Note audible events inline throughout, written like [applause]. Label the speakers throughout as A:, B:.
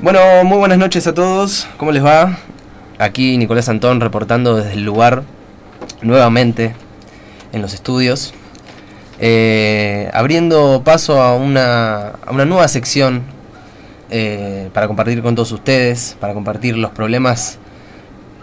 A: Bueno, muy buenas noches a todos. ¿Cómo les va? Aquí Nicolás Antón reportando desde el lugar nuevamente en los estudios, eh, abriendo paso a una, a una nueva sección eh, para compartir con todos ustedes, para compartir los problemas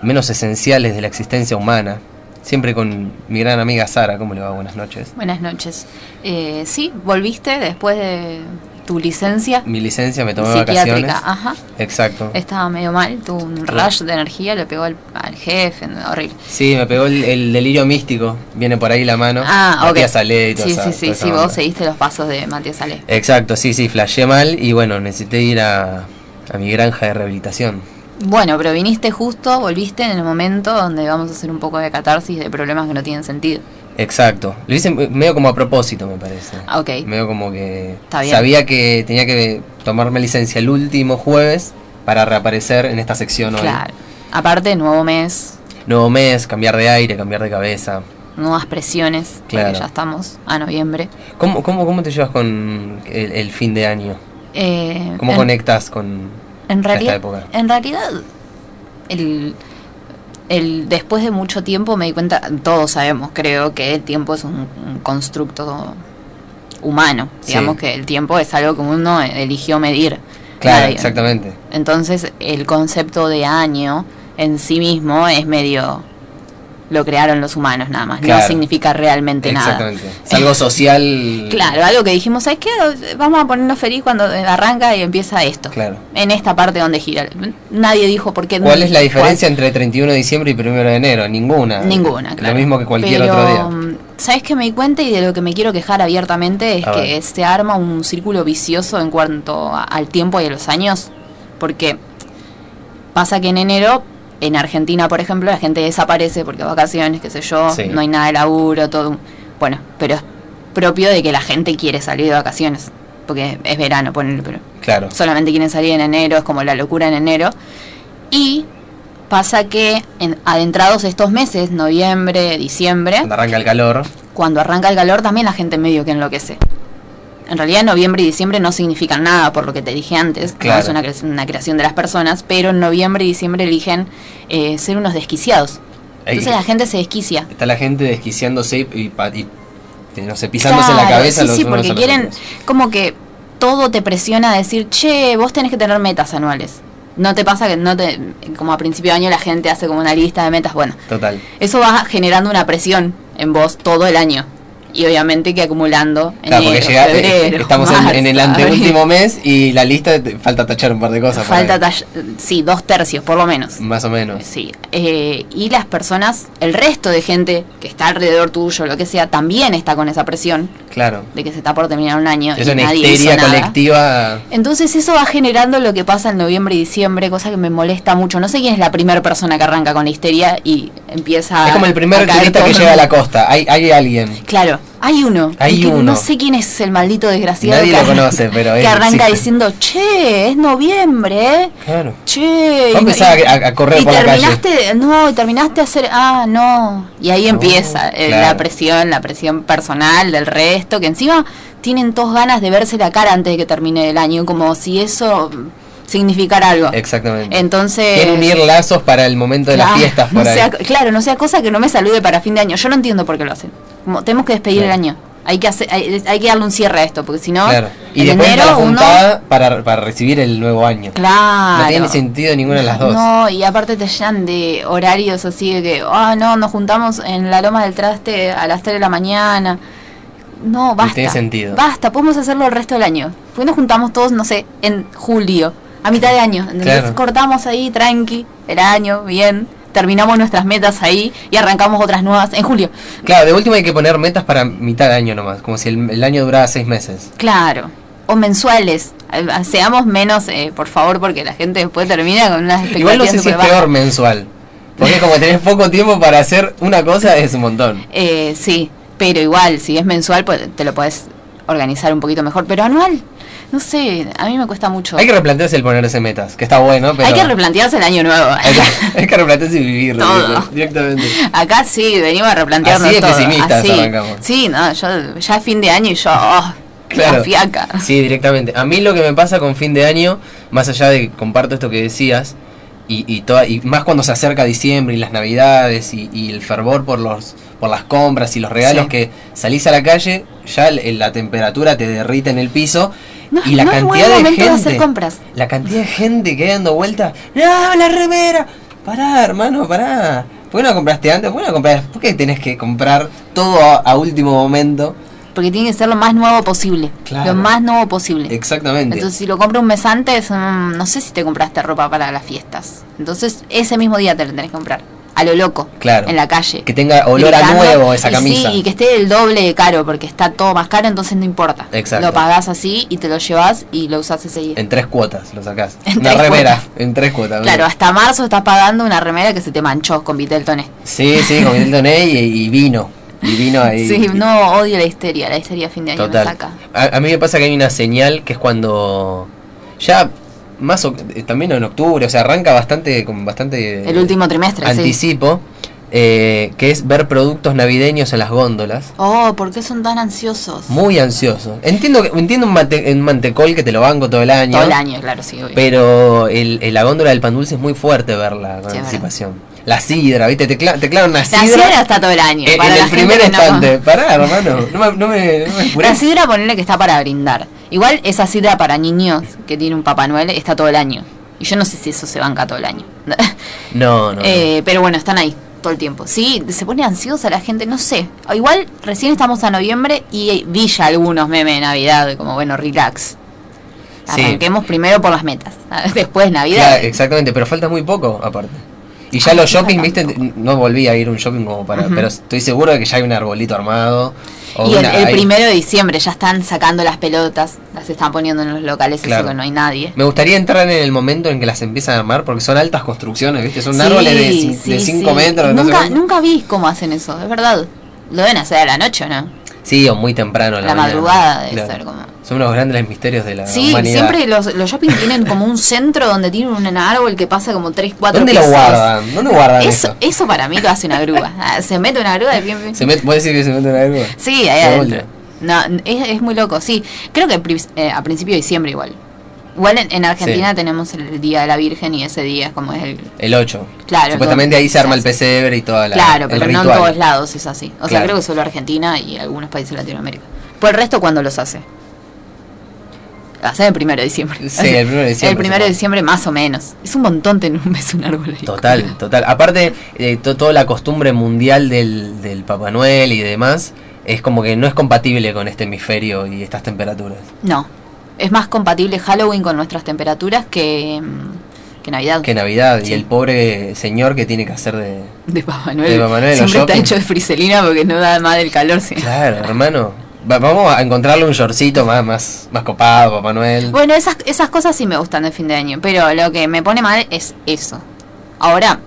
A: menos esenciales de la existencia humana. Siempre con mi gran amiga Sara, ¿cómo le va? Buenas noches.
B: Buenas noches. Eh, sí, volviste después de tu licencia.
A: Mi licencia, me tomé vacaciones.
B: Psiquiátrica, Ah. ajá.
A: Exacto.
B: Estaba medio mal, tuvo un rush de energía, le pegó al, al jefe, no, horrible.
A: Sí, me pegó el, el delirio místico. Viene por ahí la mano.
B: Ah, ok.
A: Matías Ale y toda
B: Sí,
A: esa-
B: sí,
A: toda
B: sí,
A: esa
B: sí,
A: onda.
B: vos seguiste los pasos de Matías Ale.
A: Exacto, sí, sí, flashé mal y bueno, necesité ir a, a mi granja de rehabilitación.
B: Bueno, pero viniste justo, volviste en el momento donde vamos a hacer un poco de catarsis de problemas que no tienen sentido.
A: Exacto. Lo hice medio como a propósito, me parece.
B: Ah, ok.
A: Medio como que
B: Está bien.
A: sabía que tenía que tomarme licencia el último jueves para reaparecer en esta sección hoy.
B: Claro. Aparte, nuevo mes,
A: Nuevo mes, cambiar de aire, cambiar de cabeza.
B: nuevas presiones,
A: Claro.
B: porque ya estamos a noviembre.
A: ¿Cómo, cómo, cómo te llevas con el, el fin de año?
B: Eh,
A: ¿Cómo
B: en-
A: conectas con
B: En
A: esta
B: realidad,
A: época?
B: en realidad, el, el- después de mucho tiempo me di cuenta, todos sabemos, creo que el tiempo es un, un constructo humano.
A: Sí.
B: Digamos que el tiempo es algo que uno eligió medir.
A: Claro,
B: Nadie-
A: exactamente.
B: Entonces, el concepto de año en sí mismo es medio. Lo crearon los humanos nada más.
A: Claro.
B: No significa realmente nada.
A: Exactamente. Es algo social.
B: [laughs] Claro, algo que dijimos, ¿sabes qué? Vamos a ponernos feliz cuando arranca y empieza esto.
A: Claro.
B: En esta parte donde gira. Nadie dijo por qué.
A: ¿Cuál es la diferencia entre 31 de diciembre y 1 de enero? Ninguna.
B: Ninguna, claro.
A: Lo mismo que cualquier
B: Pero,
A: otro día.
B: mm, ¿Sabes qué me di cuenta y de lo que me quiero quejar abiertamente es
A: A
B: que
A: ver.
B: se arma un círculo vicioso en cuanto a- al tiempo y a los años? Porque pasa que en enero, en Argentina, por ejemplo, la gente desaparece porque vacaciones, qué sé yo,
A: Sí.
B: no hay nada de laburo, todo. un- Bueno, pero es propio de que la gente quiere salir de vacaciones. Porque es verano, ponele, pero
A: Claro.
B: solamente quieren salir en enero, es como la locura en enero. Y pasa que en- adentrados estos meses, noviembre, diciembre,
A: Cuando arranca el calor.
B: cuando arranca el calor también la gente medio que enloquece. En realidad noviembre y diciembre no significan nada, por lo que te dije antes, no
A: Claro.
B: es una, cre- una creación de las personas, pero en noviembre y diciembre eligen eh, ser unos desquiciados.
A: Ahí
B: Entonces la gente se desquicia.
A: Está la gente desquiciándose y, y pa- y, eh, no sé, pisándose la
B: Claro,
A: cabeza.
B: sí,
A: los
B: sí,
A: unos
B: porque
A: a los
B: quieren
A: otros.
B: como que todo te presiona a decir, che, vos tenés que tener metas anuales. No te pasa que no te, como a principio de año la gente hace como una lista de metas, bueno,
A: Total.
B: eso va generando una presión en vos todo el año. Y obviamente que acumulando en
A: Claro, porque llega- eh, estamos en, en el
B: [laughs]
A: anteúltimo mes y la lista te- falta tachar un par de cosas. por
B: Falta,
A: ahí.
B: tall- sí, dos tercios por lo menos.
A: Más o menos.
B: Sí, eh, y las personas, el resto de gente que está alrededor tuyo, lo que sea, también está con esa presión
A: Claro.
B: de que se está por terminar un año
A: Es
B: y
A: una
B: nadie hizo
A: histeria
B: nada.
A: colectiva.
B: Entonces eso va generando lo que pasa en noviembre y diciembre, cosa que me molesta mucho. No sé quién es la primera persona que arranca con la histeria y empieza a
A: es como el
B: a
A: primer
B: caer
A: turista
B: todo
A: que
B: el
A: llega a la
B: mundo.
A: costa. Hay, hay alguien.
B: Claro, hay uno.
A: Hay
B: y que
A: uno.
B: No sé quién es el maldito desgraciado.
A: Nadie
B: que
A: lo
B: arranca-
A: conoce, pero él
B: Que arranca
A: existe.
B: diciendo, che, es noviembre, ¿eh?
A: Claro.
B: Che,
A: Vos empezás a- a- a correr
B: y
A: por la calle.
B: terminaste, No, y terminaste a hacer, ah, no. Y ahí
A: No,
B: empieza eh, la
A: claro.
B: presión, la presión personal del resto, que encima tienen dos ganas de verse la cara antes de que termine el año, como si eso mm, significara [laughs] algo.
A: Eh, Exactamente.
B: Entonces...
A: Quieren unir lazos para el momento de las
B: claro, [laughs]
A: fiestas por
B: no
A: ahí.
B: sea- claro, no sea cosa que no me salude para fin de año. Yo no entiendo por qué lo hacen. Como, tenemos que despedir
A: Claro.
B: el año. Hay que, hacer, hay, hay que darle un cierre a esto, porque si no,
A: Claro. Y
B: en
A: después está la
B: enero uno...
A: juntada para, para recibir el nuevo año.
B: Claro.
A: No tiene sentido ninguna de las dos.
B: No, y aparte te llenan de horarios así de que, ah, no, nos juntamos en la Loma del Traste a las 3 de la mañana. No, basta.
A: tiene sentido.
B: Basta, podemos hacerlo el resto del año. ¿Por qué nos juntamos todos, no sé, en julio, a mitad de año? Entonces
A: Claro.
B: cortamos ahí, tranqui, el año, bien. Terminamos nuestras metas ahí y arrancamos otras nuevas en julio.
A: Claro, de última hay que poner metas para mitad de año nomás, como si el, el año durara seis meses.
B: Claro. O mensuales. Eh, Seamos menos, eh, por favor, porque la gente después termina con unas expectativas.
A: Igual no sé si es
B: superbajas.
A: peor mensual. Porque como tenés poco tiempo para hacer una cosa es un montón.
B: Eh, sí, Pero igual, si es mensual, pues te lo puedes organizar un poquito mejor. Pero anual, no sé, a mí me cuesta mucho.
A: Hay que replantearse el ponerse metas, que está bueno, pero.
B: Hay que replantearse el año nuevo.
A: hay que- [laughs] hay que replantearse y vivirlo
B: Todo.
A: directa- directamente.
B: [laughs] Acá sí, venimos a replantearnos
A: Así de
B: todo.
A: pesimistas
B: así.
A: arrancamos.
B: Sí, no, yo ya es fin de año y yo, oh,
A: Claro.
B: la fiaca.
A: Sí, directamente. A mí lo que me pasa con fin de año, más allá de que comparto esto que decías, y, y, toda- y más cuando se acerca diciembre y las navidades y, y el fervor por los por las compras y los regalos
B: Sí.
A: que salís a la calle, ya el- la temperatura te derrite en el piso
B: No,
A: y la
B: no es buen
A: cantidad de
B: momento
A: gente,
B: de hacer compras.
A: la cantidad de gente que hay dando vueltas, no, la remera, pará hermano, pará, ¿por qué no la compraste antes? ¿Por qué no la compraste? ¿Por qué tenés que comprar todo a- a último momento?
B: Porque tiene que ser lo más nuevo posible.
A: Claro.
B: Lo más nuevo posible.
A: Exactamente.
B: Entonces, si lo compro un mes antes, mm, no sé si te compraste ropa para las fiestas. Entonces, ese mismo día te lo tenés que comprar. A lo loco.
A: Claro.
B: En la calle.
A: Que tenga olor a
B: Gritando.
A: nuevo esa
B: Y
A: camisa.
B: sí, y que esté el doble de caro, porque está todo más caro, entonces no importa.
A: Exacto.
B: Lo pagás así y te lo llevas y lo usás ese día.
A: En tres cuotas lo sacás.
B: En
A: Una
B: tres
A: remera, en tres cuotas.
B: Claro, hasta marzo estás pagando una remera que se te manchó con Vitel Toné.
A: Sí, sí, con el toné y, y vino. Y vino ahí.
B: Sí, no odio la histeria, la histeria a fin de año me
A: Total.
B: saca.
A: A, a mí me pasa que hay una señal que es cuando ya más o- eh, también en octubre, o sea, arranca bastante con bastante
B: El último trimestre, sí.
A: anticipo, eh, que es ver productos navideños en las góndolas.
B: Oh, ¿por qué son tan ansiosos?
A: Muy ansioso. Entiendo que entiendo un, mate- un mantecol que te lo banco todo el año.
B: Todo el año, claro, sí, obvio.
A: Pero el, el- la góndola del pan dulce es muy fuerte verla con
B: Sí, es
A: anticipación. La sidra, ¿viste? Te, cla- te clavan una
B: La
A: sidra.
B: sidra está todo el año.
A: en,
B: para
A: en
B: la
A: el
B: gente
A: primer
B: que no-
A: estante. Pará, hermano. No me, no me, no me
B: La
A: apurés.
B: sidra ponele que está para brindar. Igual esa sidra para niños que tiene un Papá Noel está todo el año. Y yo no sé si eso se banca todo el año. [laughs]
A: No, no. no.
B: Eh, pero bueno, están ahí todo el tiempo. Sí, se pone ansiosa la gente, no sé. O Igual recién estamos a noviembre y vi ya algunos memes de Navidad, como bueno, relax.
A: Sí.
B: Arranquemos primero por las metas, [laughs] después Navidad.
A: Claro, eh, exactamente, pero falta muy poco aparte. Y ya
B: Ah,
A: los
B: no
A: shopping,
B: falta
A: viste, no volví a ir a un shopping como para,
B: Ujú.
A: pero estoy seguro de que ya hay un arbolito armado. o
B: y el,
A: una-
B: el
A: hay-
B: primero de diciembre ya están sacando las pelotas, las están poniendo en los locales,
A: Claro.
B: eso que no hay nadie.
A: Me gustaría entrar en el momento en que las empiezan a armar, porque son altas construcciones, viste, son
B: Sí,
A: árboles de cin-
B: sí,
A: de 5
B: sí.
A: metros. no sé
B: Nunca,
A: cuánto.
B: nunca vi cómo hacen eso, es verdad. Lo deben hacer a la noche, ¿o no?
A: Sí, o muy temprano. a
B: la
A: mañana.
B: madrugada debe
A: Claro.
B: ser como...
A: Son unos grandes misterios de la
B: Sí,
A: humanidad.
B: siempre los, los shopping tienen como un centro donde tienen un árbol que pasa como 3, 4
A: ¿Dónde lo guardan? ¿Dónde guardan
B: Eso,
A: eso?
B: eso para mí lo hace una
A: [laughs]
B: grúa. Ah, Se mete una grúa de bien, bien.
A: ¿Se met- ¿Vos decís que se meten algo?
B: Sí, ahí
A: De
B: adentro. No, es, es muy loco, sí. Creo que pri- eh, a principio de diciembre igual. Igual en, en Argentina
A: Sí.
B: tenemos el Día de la Virgen y ese día es como es el...
A: El 8.
B: Claro,
A: Supuestamente ahí se arma el
B: entonces-
A: pesebre y toda la.
B: claro,
A: el
B: pero no en
A: ritual.
B: todos lados es así. O sea,
A: Claro.
B: creo que solo Argentina y algunos países de Latinoamérica. Por el resto, ¿cuándo los hace? Lo hacen el primero de diciembre.
A: Sí, el primero de diciembre,
B: El primero
A: supongo.
B: de diciembre más o menos. Es un montón tener un mes un árbol ahí. [laughs]
A: Total, total. Aparte, eh, to- toda la costumbre mundial del, del Papá Noel y demás es como que no es compatible con este hemisferio y estas temperaturas.
B: No. Es más compatible Halloween con nuestras temperaturas que, mm, que Navidad.
A: Que Navidad y
B: Sí.
A: el pobre señor que tiene que hacer de.
B: de Papá Noel.
A: De Papá Noel, los
B: Siempre está
A: shopping.
B: hecho de friselina porque no da más del calor. sí.
A: Claro, hermano. Va- vamos a encontrarle un shortcito más, más, más copado, Papá Noel.
B: Bueno, esas, esas cosas sí me gustan de fin de año, pero lo que me pone mal es eso. Ahora,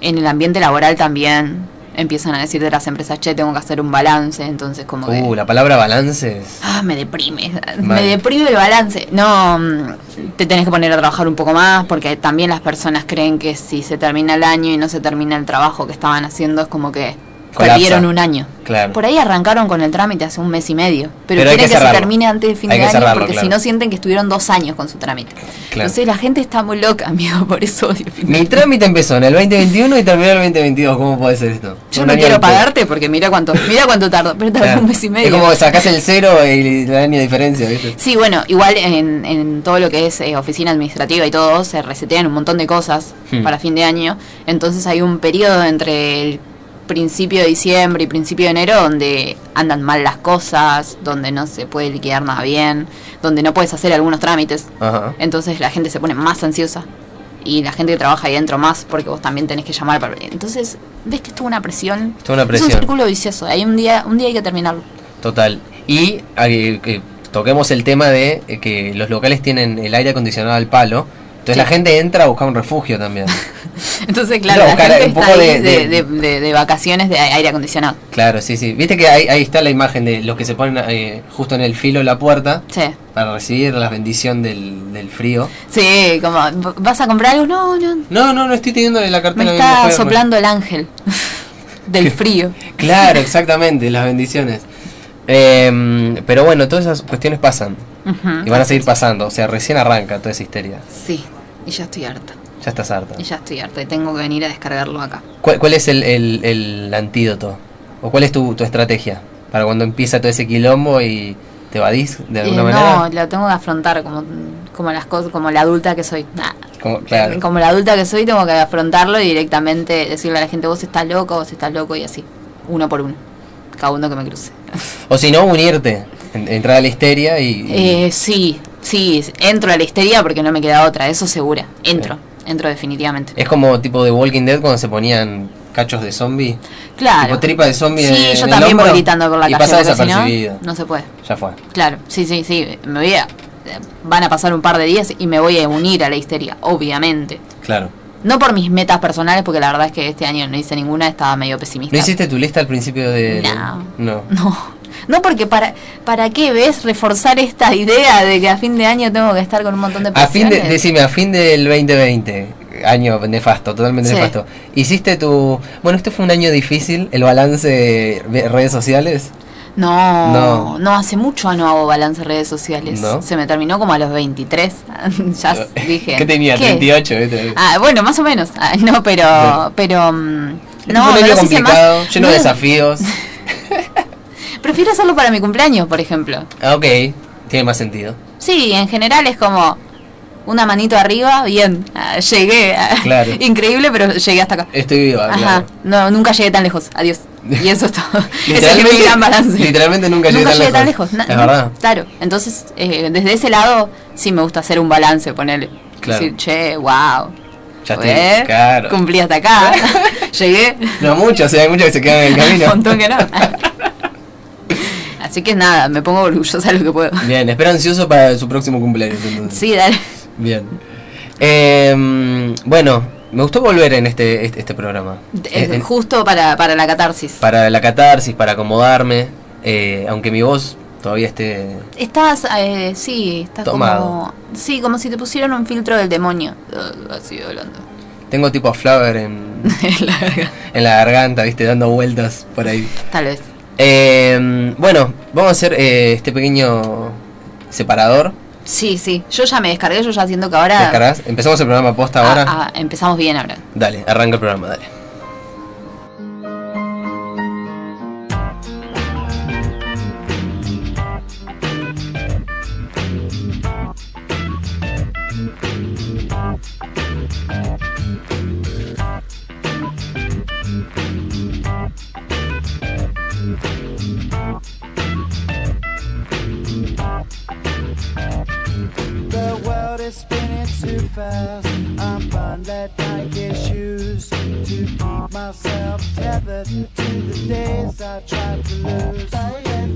B: en el ambiente laboral también empiezan a decir de las empresas, che, tengo que hacer un balance, entonces como que...
A: Uh, la palabra balance es-
B: Ah, me deprime,
A: Mal.
B: me deprime el balance. No, mm, te tenés que poner a trabajar un poco más porque también las personas creen que si se termina el año y no se termina el trabajo que estaban haciendo es como que
A: Colapsa.
B: perdieron un año.
A: Claro.
B: Por ahí arrancaron con el trámite hace un mes y medio, pero,
A: Pero hay
B: quieren
A: que
B: que, se
A: cerrarlo.
B: termine antes de fin
A: Hay que
B: de año
A: cerrarlo,
B: porque
A: claro.
B: si no sienten que estuvieron dos años con su trámite.
A: Claro.
B: Entonces la gente está muy loca, [laughs] amigo, por eso odio el fin de
A: Mi
B: año.
A: trámite empezó en el 2021 y terminó en el 2022. ¿Cómo puede ser esto?
B: Yo
A: Un
B: no
A: año
B: quiero
A: antes.
B: [laughs] pagarte porque mira cuánto, mira cuánto tardo, pero tardó
A: Claro.
B: un mes y medio.
A: Es como que sacás el cero y el año de diferencia, ¿viste?
B: Sí, bueno, igual en, en todo lo que es eh, oficina administrativa y todo, se resetean un montón de cosas
A: Hmm.
B: para fin de año. Entonces hay un periodo entre el principio de diciembre y principio de enero donde andan mal las cosas, donde no se puede liquidar nada bien, donde no puedes hacer algunos trámites.
A: Ajá.
B: Entonces la gente se pone más ansiosa y la gente que trabaja ahí dentro más porque vos también tenés que llamar para... Entonces, ves que estuvo una presión.
A: Esto es una
B: Es un
A: presión
B: círculo vicioso. Hay un día, un día hay que terminarlo.
A: total. Y eh, que toquemos el tema de eh, que los locales tienen el aire acondicionado al palo Entonces
B: Sí.
A: la gente entra a buscar un refugio
B: [laughs]
A: también.
B: Entonces,
A: No,
B: claro, la
A: buscar
B: gente
A: un
B: está
A: poco
B: ahí
A: de-
B: de, de- de- de vacaciones de aire acondicionado.
A: claro, sí, sí. Viste que ahí, ahí está la imagen de los que se ponen eh, justo en el filo de la puerta
B: Sí.
A: para recibir la bendición del, del frío.
B: Sí, como, "V- ¿vas a comprar algo? No, no.
A: No, no, no estoy teniendo la cartera.
B: Me
A: de
B: está
A: mujer, no.
B: soplando
A: [laughs]
B: el ángel del frío.
A: Claro, exactamente, las bendiciones. Em, pero bueno, todas esas cuestiones pasan
B: Ujú.
A: y van a seguir pasando. O sea, recién arranca toda esa histeria.
B: Sí, y ya estoy harta.
A: Ya estás harta.
B: Y ya estoy harta. Y tengo que venir a descargarlo acá.
A: ¿Cuál, cuál es el, el- el antídoto? ¿O cuál es tu, tu estrategia? Para cuando empieza todo ese quilombo y te evadís de
B: Eh,
A: alguna
B: no,
A: manera.
B: lo tengo que afrontar como, como las cosas, como la adulta que soy. Nah.
A: Como, claro.
B: Como la adulta que soy, tengo que afrontarlo y directamente decirle a la gente, vos estás loco, vos estás loco y así, uno por uno, cada uno que me cruce.
A: O si no, unirte. en- entrar a la histeria y. y-
B: Eh, sí, sí, entro a la histeria porque no me queda otra, eso segura, entro, entro definitivamente.
A: Es como tipo de Walking Dead cuando se ponían cachos de zombie.
B: Claro.
A: Tipo tripa de zombie. en-
B: Sí,
A: en
B: yo
A: el
B: también voy
A: hombro,
B: gritando por la
A: y
B: calle,
A: pasa
B: porque si no,
A: desapercibido.
B: no se puede.
A: Ya fue.
B: Claro, sí, sí, sí, me voy a, van a pasar un par de días y me voy a unir a la histeria, obviamente.
A: Claro.
B: No por mis metas personales, porque la verdad es que este año no hice ninguna, estaba medio pesimista.
A: ¿No hiciste tu lista al principio de.?
B: No.
A: No.
B: [laughs] No, no porque para, ¿para qué ves reforzar esta idea de que a fin de año tengo que estar con un montón de
A: A fin
B: presiones?
A: de, decime, a fin del 2020, año nefasto, totalmente
B: Sí.
A: nefasto, hiciste tu... Bueno, este fue un año difícil, el balance de redes sociales.
B: No,
A: No.
B: no, hace mucho no hago balance de redes sociales.
A: No. Eh,
B: Se me terminó como a los 23. [laughs] ya dije.
A: ¿Qué tenía? 38. ¿viste?
B: Ah, bueno, más o menos. Ah, no, pero. pero mm,
A: Este
B: no,
A: fue un
B: no
A: año
B: los hice más.
A: complicado, lleno de
B: No, [laughs]
A: desafíos.
B: Prefiero hacerlo para mi cumpleaños, por ejemplo.
A: Ah, ok, tiene más sentido.
B: Sí, en general es como una manito arriba, bien, ah, llegué. [laughs] ah,
A: Claro.
B: Increíble, pero llegué hasta acá.
A: Estoy viva,
B: Ajá,
A: claro.
B: no, nunca llegué tan lejos, adiós. Y eso es todo. [laughs] Ese es
A: Literalmente-
B: mi gran balance.
A: literalmente nunca llegué tan lejos.
B: tan lejos. na-
A: Es verdad.
B: Claro, entonces eh, desde ese lado sí me gusta hacer un balance, ponerle.
A: Claro.
B: Decir, che, wow.
A: Ya estoy, claro.
B: Cumplí hasta
A: [laughs]
B: acá. llegué.
A: No muchos, o sea, hay muchos que se quedan
B: [laughs]
A: en el
B: Un montón
A: camino. [laughs]
B: que no. Así que nada, me pongo orgullosa de lo que puedo.
A: Bien, espero ansioso para su próximo cumpleaños. entonces.
B: Sí, dale.
A: Bien. Em, bueno, me gustó volver en este, este, este programa.
B: Eh,
A: En- en-
B: Justo para, para la catarsis.
A: para la catarsis, para acomodarme, eh, aunque mi voz todavía esté...
B: Estás, eh, sí, estás
A: Tomado.
B: como. Sí, como si te pusieran un filtro del demonio. Ah, Así hablando. [laughs]
A: Tengo tipo a Flower en,
B: La verga.
A: en la garganta, viste, dando vueltas por ahí.
B: Tal vez.
A: Eh, bueno, vamos a hacer eh, este pequeño separador.
B: Sí, sí. Yo ya me descargué, yo ya siento que ahora.
A: ¿Descargas? ¿Empezamos el programa posta
B: Ah,
A: ahora?
B: ah, empezamos bien ahora.
A: Dale, arranca el programa, dale.
C: The world is spinning too fast. I'm bound that Nike shoes to keep myself tethered to the days I tried to lose.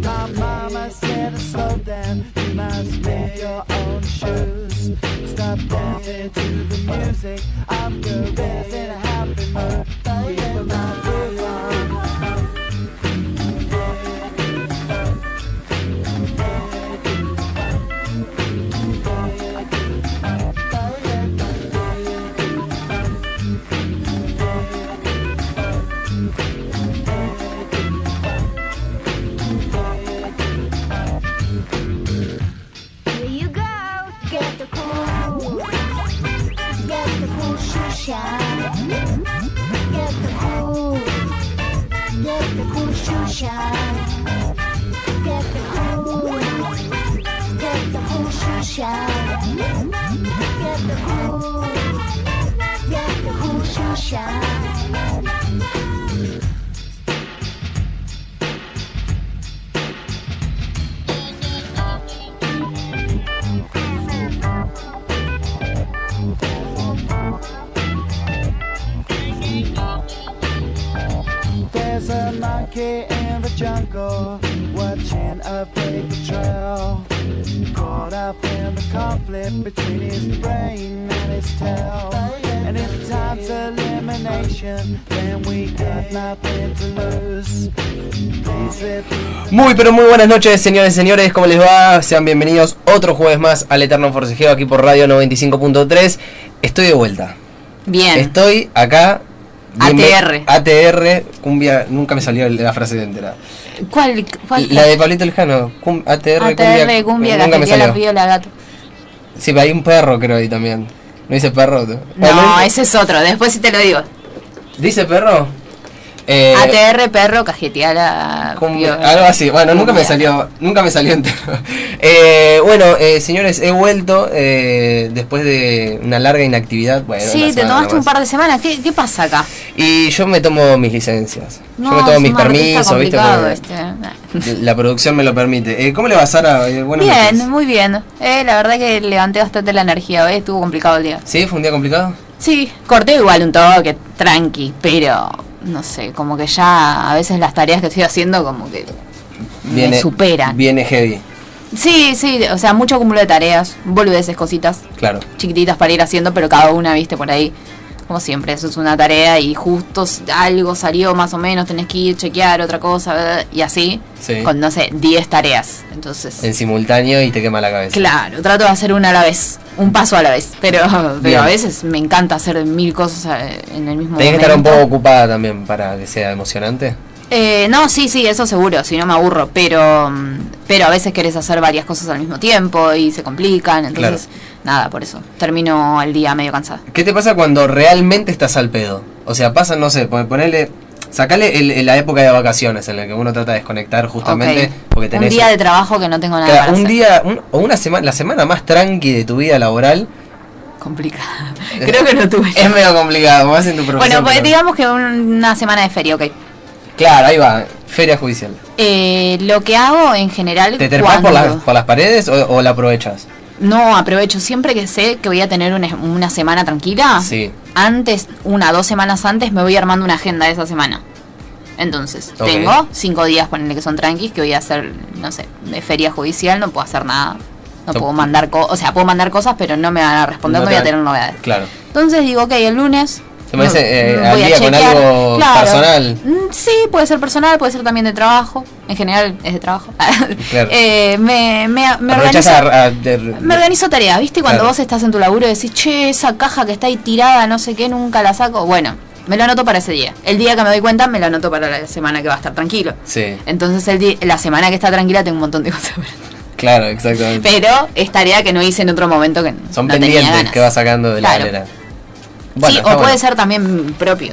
C: My mama said, slow down, you must make your own shoes. Stop dancing to the music. I'm the reason happy mood. People not move on.
D: Here you go. Get the cool. Get the cool shoe shine. Get the cool. Get the cool shoe shine. Get the cool. Get the cool shoe shine. Get the cool. Get the cool shoe shine.
C: There's a monkey in the jungle watching a paper trail. Caught up in and the conflict between his brain and his tail. And if time's elimination, then we got nothing to lose. Please repeat.
A: Muy pero muy buenas noches señores y señores, ¿cómo les va? Sean bienvenidos otro jueves más al Eterno Forcejeo aquí por Radio 95.3. Estoy de vuelta.
B: Bien.
A: Estoy acá.
B: ATR.
A: ATR, cumbia, nunca me salió la frase entera.
B: ¿Cuál? cuál Ah,
A: La de Pablito Lejano, cum- ATR,
B: ATR, cumbia,
A: nunca me
B: cacería, la
A: salió.
B: viola, gato.
A: Sí, pero hay un perro creo ahí también. ¿No dice perro?
B: No,
A: Bueno,
B: ese es otro, después sí te lo digo.
A: ¿Dice perro? Eh,
B: ATR, perro, cajeteala.
A: Como-
B: viola.
A: algo así, bueno, nunca me
B: Cumbia.
A: salió, nunca me salió entero. [laughs] Eh, bueno, eh, señores, he vuelto eh, después de una larga inactividad. Bueno, una
B: Sí, te
A: semana
B: tomaste un
A: nomás.
B: par de semanas. ¿Qué, qué pasa acá?
A: Y yo me tomo mis licencias.
B: No,
A: yo me tomo
B: es
A: mis
B: un artista
A: permisos, ¿viste?
B: complicado
A: Porque
B: este. [laughs]
A: La producción me lo permite. Eh, ¿Cómo le va, Sara? Eh, buenas
B: Bien,
A: noches.
B: muy bien. Eh, la verdad que levanté bastante la energía hoy, estuvo complicado el día.
A: ¿Sí? ¿Fue un día complicado?
B: Sí, corté igual un toque, tranqui, pero no sé, como que ya a veces las tareas que estoy haciendo como que...
A: Viene,
B: superan.
A: Viene heavy,
B: Sí, sí, o sea, mucho cúmulo de tareas, boludeces, cositas
A: claro.
B: chiquititas para ir haciendo, pero cada una, viste, por ahí. Como siempre, eso es una tarea y justo s- algo salió más o menos, tenés que ir, chequear otra cosa, bla, bla, y así,
A: Sí.
B: con, no sé, 10 tareas. Entonces,
A: En simultáneo y te quema la cabeza.
B: claro, trato de hacer una a la vez, un paso a la vez, pero,
A: Bien.
B: pero a veces me encanta hacer mil cosas eh, en el mismo
A: Tenés que
B: momento.
A: estar un poco ocupada también para que sea emocionante.
B: Eh, no, sí, sí, eso seguro, si no me aburro, pero, mm, pero a veces querés hacer varias cosas al mismo tiempo y se complican, entonces, nada, por eso, termino el día medio cansada.
A: ¿Qué te pasa cuando realmente estás al pedo? O sea, pasa, no sé, pon- ponele. Sacale el- el- la época de vacaciones en la que uno trata de desconectar justamente
B: Ok.
A: porque tenés.
B: un día de trabajo que no tengo nada
A: Claro,
B: para
A: un
B: hacer.
A: día, un- o una semana, la semana más tranqui de tu vida
B: [laughs]
A: laboral [laughs]
B: complicado creo que no tuve
A: es medio complicado, más en tu profesión.
B: bueno pues
A: pero-
B: digamos que un- una semana de feria ok
A: Claro, ahí va, feria judicial.
B: Eh, lo que hago en general
A: ¿Te terpás por
B: cuando-
A: las, por las paredes o, o la aprovechas?
B: no aprovecho siempre que sé que voy a tener una, una semana tranquila
A: Sí.
B: antes una dos semanas antes me voy armando una agenda de esa semana entonces
A: Ok.
B: tengo cinco días ponele que son tranquis que voy a hacer no sé de feria judicial no puedo hacer nada no
A: No-
B: puedo mandar co- o sea puedo mandar cosas pero no me van a responder
A: No
B: no,
A: te
B: voy a
A: van-
B: tener novedades
A: Claro.
B: Entonces digo, ok, el lunes.
A: Te parece,
B: no,
A: eh,
B: voy
A: al
B: a
A: día con
B: chequear.
A: algo personal.
B: Mm, Sí, puede ser personal, puede ser también de trabajo. En general es de trabajo. [laughs]
A: Claro.
B: Eh, me, me, me
A: Aprovechás
B: organizo,
A: a- a- de-
B: me organizo tareas, ¿viste? Cuando
A: Claro.
B: vos estás en tu laburo y decís, che, esa caja que está ahí tirada, no sé qué, nunca la saco. Bueno, me lo anoto para ese día. El día que me doy cuenta, me lo anoto para la semana que va a estar tranquilo.
A: Sí,
B: Entonces el di- la semana que está tranquila tengo un montón de [laughs] cosas. para hacer.
A: claro, exactamente.
B: Pero es tarea que no hice en otro momento que
A: Son
B: no tenía
A: pendientes
B: ganas.
A: que vas sacando de
B: Claro.
A: la galera.
B: sí, o
A: está
B: puede ser también propio,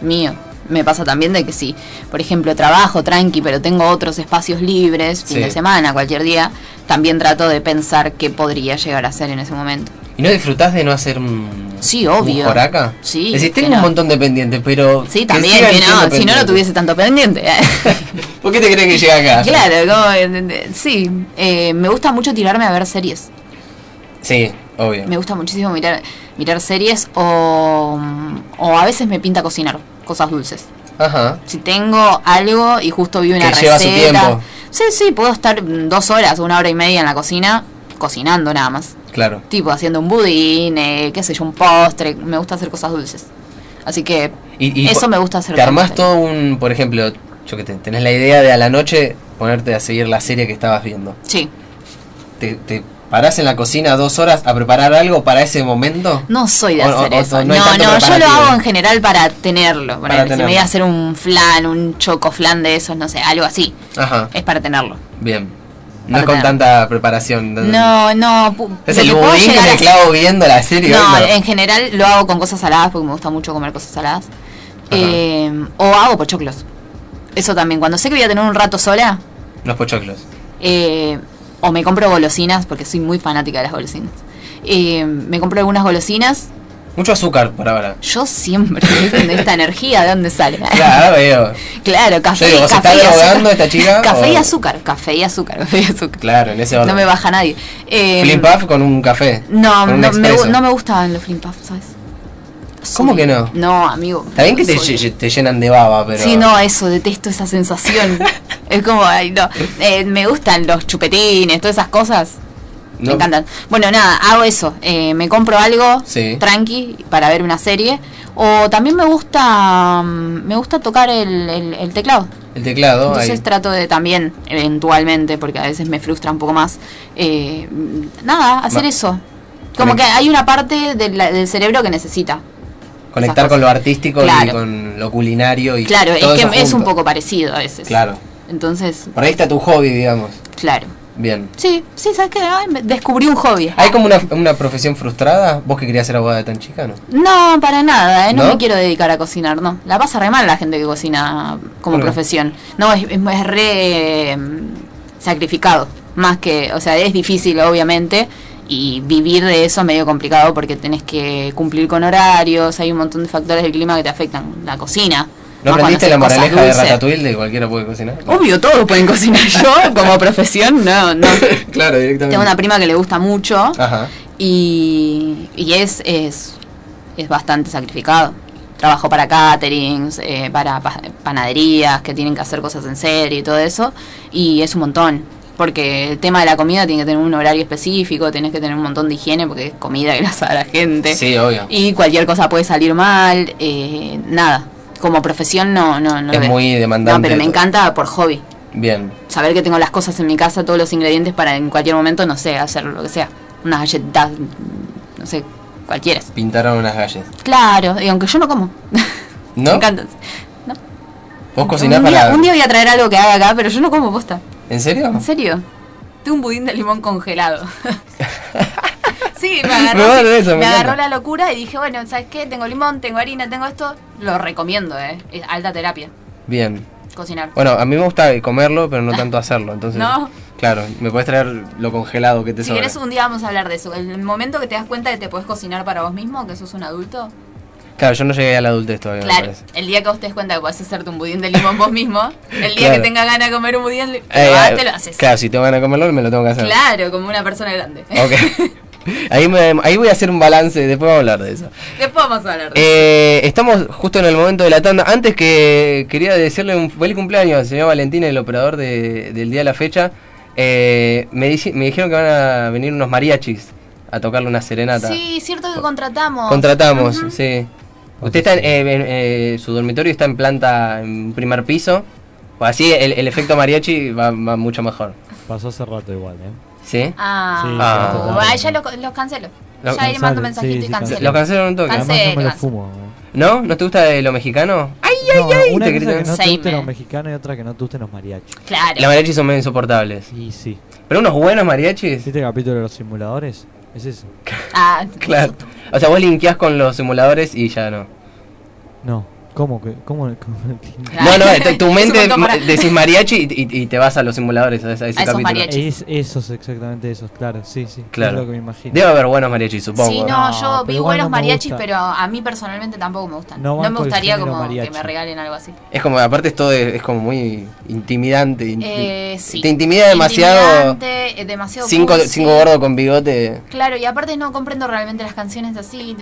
B: mío. Me pasa también de que sí, por ejemplo, trabajo tranqui, pero tengo otros espacios libres, fin
A: Sí.
B: de semana, cualquier día, también trato de pensar qué podría llegar a ser en ese momento.
A: ¿Y no disfrutás de no hacer un,
B: Sí, obvio.
A: un joraca?
B: Sí,
A: Decís, tengo
B: que
A: un
B: no.
A: montón de pendientes, pero...
B: Sí,
A: que
B: también,
A: sigan
B: que no,
A: siendo
B: si no, no
A: pendientes.
B: tuviese
A: [laughs]
B: tanto pendiente. [laughs]
A: ¿Por qué te crees que llega acá?
B: claro, como, eh, sí, eh, me gusta mucho tirarme a ver series.
A: Sí, obvio.
B: Me gusta muchísimo mirar, mirar series o, o a veces me pinta cocinar cosas dulces.
A: Ajá.
B: si tengo algo y justo vi una
A: Que lleva
B: receta.
A: su tiempo.
B: Sí, sí, puedo estar mm, dos horas, una hora y media en la cocina, cocinando nada más.
A: Claro.
B: Tipo haciendo un budín, eh, qué sé yo, un postre. Me gusta hacer cosas dulces. Así que
A: Y, y
B: eso
A: po-
B: me gusta hacer.
A: Te armás
B: cuando
A: todo un, por ejemplo, yo que te, tenés la idea de a la noche ponerte a seguir la serie que estabas viendo.
B: estoy. Sí.
A: ¿Te, te parás en la cocina dos horas a preparar algo para ese momento?
B: No soy de
A: O- o-
B: hacer
A: o-
B: eso.
A: no
B: No,
A: hay
B: no,
A: tanto
B: yo lo
A: preparativo.
B: hago en general para tenerlo. Para
A: Para
B: Si me voy
A: tenerlo.
B: a hacer un flan, un choco flan de esos, no sé, algo así.
A: Ajá,
B: Es para tenerlo.
A: bien. No es
B: Para
A: con
B: tener.
A: tanta preparación.
B: No, no. pu-
A: Es
B: lo
A: el
B: que puedo
A: budín que
B: llegar a
A: me
B: hacer-
A: clavo viendo la serie.
B: No,
A: hoy
B: en general lo hago con cosas saladas porque me gusta mucho comer cosas saladas. Eh, o hago pochoclos. Eso también. Cuando sé que voy a tener un rato sola,
A: Los pochoclos.
B: eh, o me compro golosinas, porque soy muy fanática de las golosinas. Eh, me compro algunas golosinas.
A: Mucho azúcar por ahora.
B: Yo siempre, [laughs] ¿viste? esta energía, ¿de dónde sale?
A: Claro, [laughs] veo.
B: Claro, café,
A: Yo digo, ¿se
B: café
A: está
B: y
A: drogando
B: azúcar.
A: esta chica
B: Café y
A: o-
B: azúcar, café y azúcar, café y azúcar.
A: Claro, en ese orden.
B: No me baja nadie. Eh,
A: Flip up con un café.
B: No,
A: con un
B: no me,
A: expreso.
B: gu- no me gustaban los flim puffs, ¿sabes?
A: ¿Cómo
B: Soy-
A: que no?
B: No, amigo.
A: Está bien que te,
B: soy-
A: lle- te llenan de baba, pero.
B: Sí, no, eso, detesto
A: [laughs]
B: esa sensación. es como, ay, no. Eh, me gustan los chupetines, todas esas cosas.
A: No.
B: Me encantan. Bueno, nada, hago eso. Eh, me compro algo
A: Sí.
B: tranqui para ver una serie. O también me gusta mm, me gusta tocar el, el- el teclado.
A: El teclado,
B: Entonces
A: ahí.
B: trato de también, eventualmente, porque a veces me frustra un poco más, eh, mm, nada, hacer
A: Ma-
B: eso. Como
A: Conect-
B: que hay una parte del, del cerebro que necesita.
A: Conectar
B: esas
A: con lo
B: cosas.
A: artístico y
B: Claro.
A: con lo culinario y
B: Claro, es
A: todo
B: que
A: eso
B: es un
A: junto.
B: poco parecido a veces.
A: Claro.
B: Entonces,
A: Por ahí está tu hobby, digamos.
B: claro.
A: Bien.
B: Sí, sí, ¿sabes qué? Ay, me- descubrí un hobby.
A: ¿Hay como una, una profesión frustrada? ¿Vos que querías ser abogada de tan chica, no?
B: No, para nada, ¿eh? no,
A: ¿No?
B: me quiero dedicar a cocinar, no. La pasa re mal la gente que cocina como
A: ¿Por qué?
B: profesión. No, es, es- es re mm, sacrificado. Más que, o sea, es difícil, obviamente. Y vivir de eso es medio complicado porque tenés que cumplir con horarios. Hay un montón de factores del clima que te afectan. La cocina.
A: ¿No
B: más cuando
A: aprendiste
B: haces
A: la
B: cosas
A: moraleja de
B: dulces.
A: Ratatouille de que cualquiera puede cocinar?
B: Obvio, todos pueden cocinar yo como profesión. No, no.
A: [laughs] claro, directamente.
B: Tengo una prima que le gusta mucho
A: Ajá.
B: y, y es, es, es bastante sacrificado. Trabajo para caterings, eh, para pa- panaderías que tienen que hacer cosas en serie y todo eso, y es un montón. Porque el tema de la comida tiene que tener un horario específico, tenés que tener un montón de higiene porque es comida [laughs] que la sabe la gente.
A: Sí, obvio.
B: Y cualquier cosa puede salir mal, eh, nada. Como profesión no, no, no lo
A: Es
B: veo.
A: muy demandante
B: No, pero me
A: todo.
B: encanta por hobby.
A: Bien.
B: Saber que tengo las cosas en mi casa, todos los ingredientes para en cualquier momento, no sé, hacer lo que sea. Unas galletas, no sé, cualquiera.
A: Pintaron unas galles.
B: Claro, y aunque yo no como.
A: ¿No?
B: [laughs] Me encantan.
A: ¿Vos cocinás
B: Un día,
A: para.? Ah.
B: un día voy a traer algo que haga acá, pero yo no como posta.
A: ¿En serio?
B: ¿En serio? Tengo un budín de
A: [laughs]
B: limón congelado. sí, me agarró,
A: Me va a dar eso, me
B: me agarró
A: encanta.
B: la locura y dije, bueno, ¿sabes qué? Tengo limón, tengo harina, tengo esto. Lo recomiendo, ¿eh? Es alta terapia.
A: Bien.
B: Cocinar.
A: Bueno, a mí me gusta comerlo, pero no tanto hacerlo. Entonces.
B: No.
A: Claro, me puedes traer lo congelado que te
B: Si
A: sobra.
B: querés un día vamos a hablar de eso. El momento que te das cuenta que te podés cocinar para vos mismo, que sos un adulto.
A: Claro, yo no llegué a la adultez todavía, me
B: Claro,
A: parece.
B: el día que vos te des cuenta que podés hacerte un budín de limón vos mismo, el día
A: Claro.
B: que tengas ganas de comer un budín, te,
A: Eh,
B: lo, vas,
A: eh,
B: te lo haces. Claro.
A: Claro, si tengo ganas de comerlo, me lo tengo que hacer.
B: como una persona grande.
A: Ok. Ahí, me- ahí voy a hacer un balance, después vamos a hablar de eso.
B: [laughs] Después vamos a hablar de eso.
A: Eh, estamos justo en el momento de la tanda. Antes que quería decirle un feliz cumpleaños al señor Valentín, el operador de- del día de la fecha. Eh, me, dici- me dijeron que van a venir unos mariachis a tocarle una serenata.
B: Sí, cierto que contratamos.
A: Contratamos, sí. Usted está en, eh, en, eh, su dormitorio está en planta, en primer piso. Pues así el, el efecto mariachi va, va mucho mejor.
E: Pasó hace rato igual, ¿eh?
A: ¿Sí?
B: Ah,
E: Sí,
A: Ah.
E: contratamos.
B: Ah, ya lo- los cancelo.
A: Lo-
B: ya le mando
E: cancelo,
B: mensajito
E: sí,
B: y
E: sí,
B: cancelo.
A: ¿Lo cancelaron un toque?
B: Cancel-
E: Además yo me lo
B: Cancel,
E: fumo. ¿eh?
A: ¿No? ¿No te gusta de lo mexicano? ¡Ay!
E: no, una
A: te
E: cosa
A: gritan.
E: que no te
B: Same,
E: gusten
B: eh.
E: los mexicanos y otra que no te gusten los mariachis.
B: Claro.
A: Los mariachis son medio insoportables.
E: Y sí.
A: Pero unos buenos mariachis.
E: ¿Este ¿Viste el capítulo de los simuladores? Es eso.
B: Ah,
A: Claro. O sea, vos linkeás con los simuladores y ya no.
E: No. ¿Cómo? que- ¿Cómo? cómo-
A: No,
B: claro.
A: no, tu, tu
B: [laughs] Es un
A: mente
B: montón para-
A: ma- decís mariachi y, y- y te vas a los simuladores, a, ese- a ese
B: A esos
A: capítulo.
B: mariachis.
E: es esos, exactamente esos, claro. Sí, sí.
A: Claro.
E: Es lo que me imagino.
A: Debe haber buenos mariachis, supongo.
B: Sí,
A: ¿no?
B: no,
E: No,
B: yo
E: pero
B: vi
E: igual
B: buenos
E: no me
B: mariachis,
E: gusta.
B: pero a mí personalmente tampoco me gustan.
E: No
B: No,
E: banco
B: me
E: el
B: gustaría
E: género
B: como
E: mariachi.
B: que me regalen algo así.
A: Es como, aparte esto es, es como muy intimidante. in-
B: Eh, sí.
A: Te intimida demasiado.
B: Intimidante, eh, demasiado
A: Cinco,
B: cursi.
A: cinco gordos con bigote.
B: Claro, y aparte no comprendo realmente las canciones así.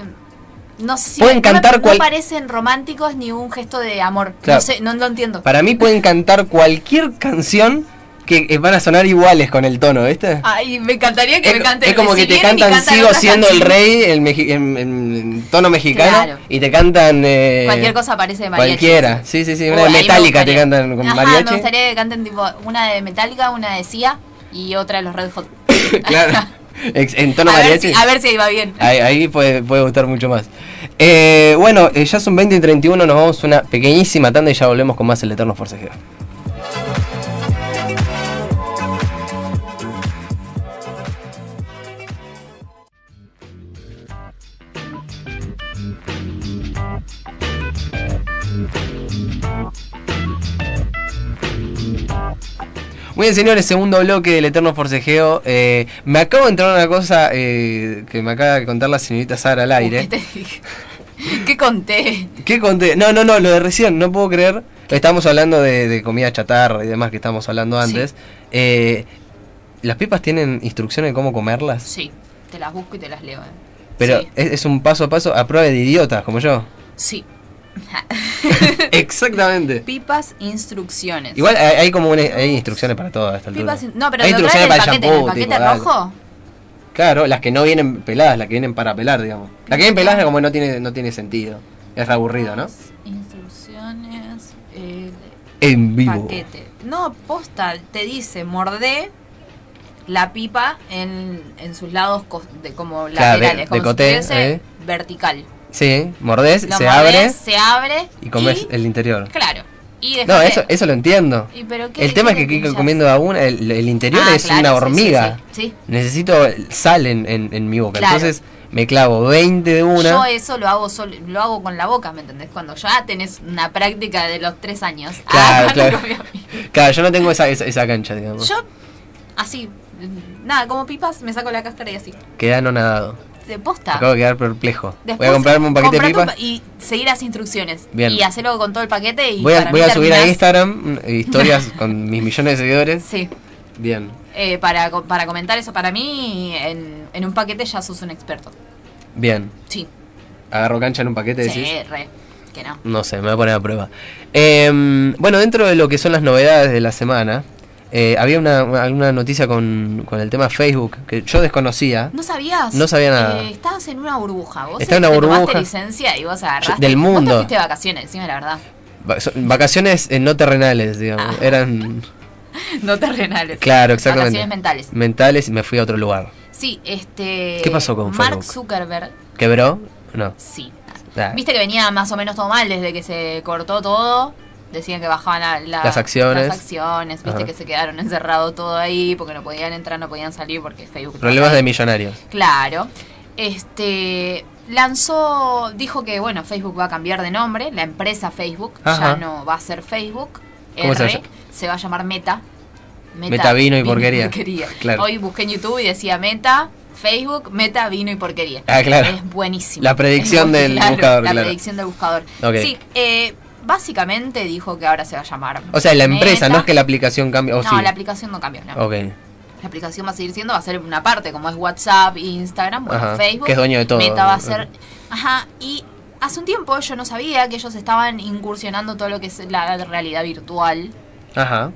B: No sé si
A: Pueden
B: no
A: cantar
B: me,
A: cual-
B: no parecen románticos ni un gesto de amor.
A: Claro.
B: No sé, no lo entiendo.
A: Para mí pueden cantar cualquier canción que eh, van a sonar iguales con el tono, ¿viste?
B: Ay, me encantaría que
A: Es,
B: me canten.
A: es como que
B: Si
A: te
B: vienen y
A: cantan Sigo
B: otras
A: siendo el
B: canciones,
A: rey el meji- en, en- en tono mexicano
B: Claro.
A: y te cantan... eh,
B: Cualquier cosa parece de mariachi.
A: Cualquiera, sí, sí, sí.
B: Uy,
A: Una de
B: ahí me
A: Metallica te
B: gustaría.
A: cantan con
B: Ajá,
A: mariachi.
B: me gustaría que canten tipo una de Metallica, una de Sia y otra de los Red Hot.
A: [laughs]
B: [laughs]
A: claro. Ex- En tono
B: a, ver
A: mariachi.
B: si, a ver si ahí va bien.
A: Ahí, ahí puede, puede gustar mucho más. Eh, bueno, eh, ya son 20 y 31, nos vamos a una pequeñísima tanda y ya volvemos con más el Eterno Forcejeo. Muy bien, señores, segundo bloque del Eterno Forcejeo. Eh, me acabo de entrar una cosa eh, que me acaba de contar la señorita Sara al aire.
B: ¿Qué te dije? ¿Qué conté?
A: ¿Qué conté? No, no, no, lo de recién, no puedo creer. Estábamos hablando de, de comida chatarra y demás que estábamos hablando antes. Eh, ¿Las pipas tienen instrucciones de cómo comerlas?
B: Sí, te las busco y te las leo. eh.
A: Pero
B: Sí.
A: es, es un paso a paso a prueba de idiotas, como yo.
B: [laughs] Sí.
A: Exactamente.
B: Pipas instrucciones.
A: Igual hay, hay como una- hay instrucciones para todo a esta altura.
B: Pipas in- no, pero
A: hay
B: lo trae
A: instrucciones
B: el
A: para
B: paquete, en el
A: shampoo,
B: paquete
A: tipo, dale.
B: rojo.
A: Claro, las que no vienen peladas, las que vienen para pelar, digamos. Las que vienen peladas como que no tiene, no tiene sentido. Es aburrido, ¿no?
B: Instrucciones. eh,
A: En
B: paquete. No, postal te dice mordé la pipa en, en sus lados cos- de, como
A: Claro, de-
B: laterales,
A: de
B: como
A: coté,
B: si estuviese
A: eh.
B: vertical.
A: Sí, mordés,
B: Lo
A: se
B: mordés,
A: abre
B: se abre
A: y comes el interior.
B: Claro. Y [laughs]
A: No,
B: dejate-
A: eso, eso lo entiendo.
B: ¿Y pero qué
A: El tema es que
B: tiene
A: Kiko
B: ya-
A: comiendo a una, el, el interior
B: Ah,
A: es
B: claro,
A: una
B: sí, sí,
A: hormiga.
B: Sí, sí.
A: Necesito sal en, en, en mi boca.
B: Claro.
A: Entonces me clavo 20 de una.
B: Yo eh, eso lo hago sol- lo hago con la boca, ¿me entendés? Cuando ya tenés una práctica de los tres años.
A: [laughs]
B: Ah, [laughs]
A: Claro,
B: cuando
A: claro.
B: comí-
A: Claro, yo no tengo esa, esa, esa cancha, digamos.
B: Yo, así, nada, como pipas, me saco la cáscara y así.
A: Queda anonadado.
B: De
A: Me
B: posta.
A: Acabo de quedar perplejo.
B: Después,
A: voy a comprarme un paquete de
B: comprate
A: pipas.
B: pa- Y seguir las instrucciones.
A: Bien.
B: Y hacerlo con todo el paquete. Y
A: Voy a,
B: para
A: voy
B: mí
A: a subir a
B: terminás- [laughs]
A: Instagram mm, historias con mis millones de seguidores.
B: Sí.
A: Bien.
B: eh, para, co- para comentar eso, para mí, en, en un paquete ya sos un experto.
A: Bien.
B: Sí.
A: Agarro cancha en un paquete,
B: Sí,
A: decís.
B: re. Que no.
A: No sé, me voy a poner a prueba. Em, bueno, dentro de lo que son las novedades de la semana, eh, había una, alguna noticia con, con el tema Facebook que yo desconocía
B: ¿No sabías?
A: No sabía nada.
B: Eh, estabas en una burbuja. Vos eh,
A: Estaba en
B: te
A: una burbuja.
B: tomaste licencia y vos agarraste.
A: del
B: Vos
A: mundo.
B: te fuiste de vacaciones, decime la verdad. [laughs]
A: Va- son Vacaciones eh, no terrenales, digamos.
B: Ah.
A: Eran,
B: No terrenales.
A: claro, exactamente.
B: Vacaciones mentales.
A: Mentales y me fui a otro lugar.
B: Sí, este.
A: ¿Qué pasó con
B: Mark
A: Facebook?
B: Zuckerberg?
A: ¿Quebró? No.
B: Sí.
A: Ah,
B: Viste que venía más o menos todo mal desde que se cortó todo. Decían que bajaban la- la-
A: Las acciones.
B: Las acciones, viste
A: Ajá.
B: que se quedaron encerrado todo ahí porque no podían entrar, no podían salir porque Facebook.
A: Problemas de millonarios.
B: Claro. Este. Lanzó. Dijo que, bueno, Facebook va a cambiar de nombre. La empresa Facebook
A: Ajá.
B: ya no va a ser Facebook.
A: ¿Cómo se
B: R,
A: llama?
B: se va a llamar Meta.
A: Meta, vino y porquería. Claro.
B: Hoy busqué en YouTube y decía Meta, Facebook, Meta, vino y porquería.
A: Ah, claro.
B: Es buenísimo.
A: La predicción
B: Es muy-
A: del
B: claro,
A: buscador,
B: La
A: claro.
B: predicción del buscador.
A: Ok.
B: Sí, eh, básicamente dijo que ahora se va a llamar.
A: O sea, la empresa,
B: Meta.
A: no es que la aplicación cambie. o
B: No,
A: sí.
B: la aplicación no cambió. no.
A: Ok.
B: La aplicación va a seguir siendo, va a ser una parte, como es WhatsApp, Instagram, bueno,
A: Ajá,
B: Facebook.
A: que es dueño de todo.
B: Meta va a ser. Ajá, y hace un tiempo yo no sabía que ellos estaban incursionando todo lo que es la realidad virtual.
A: Ajá.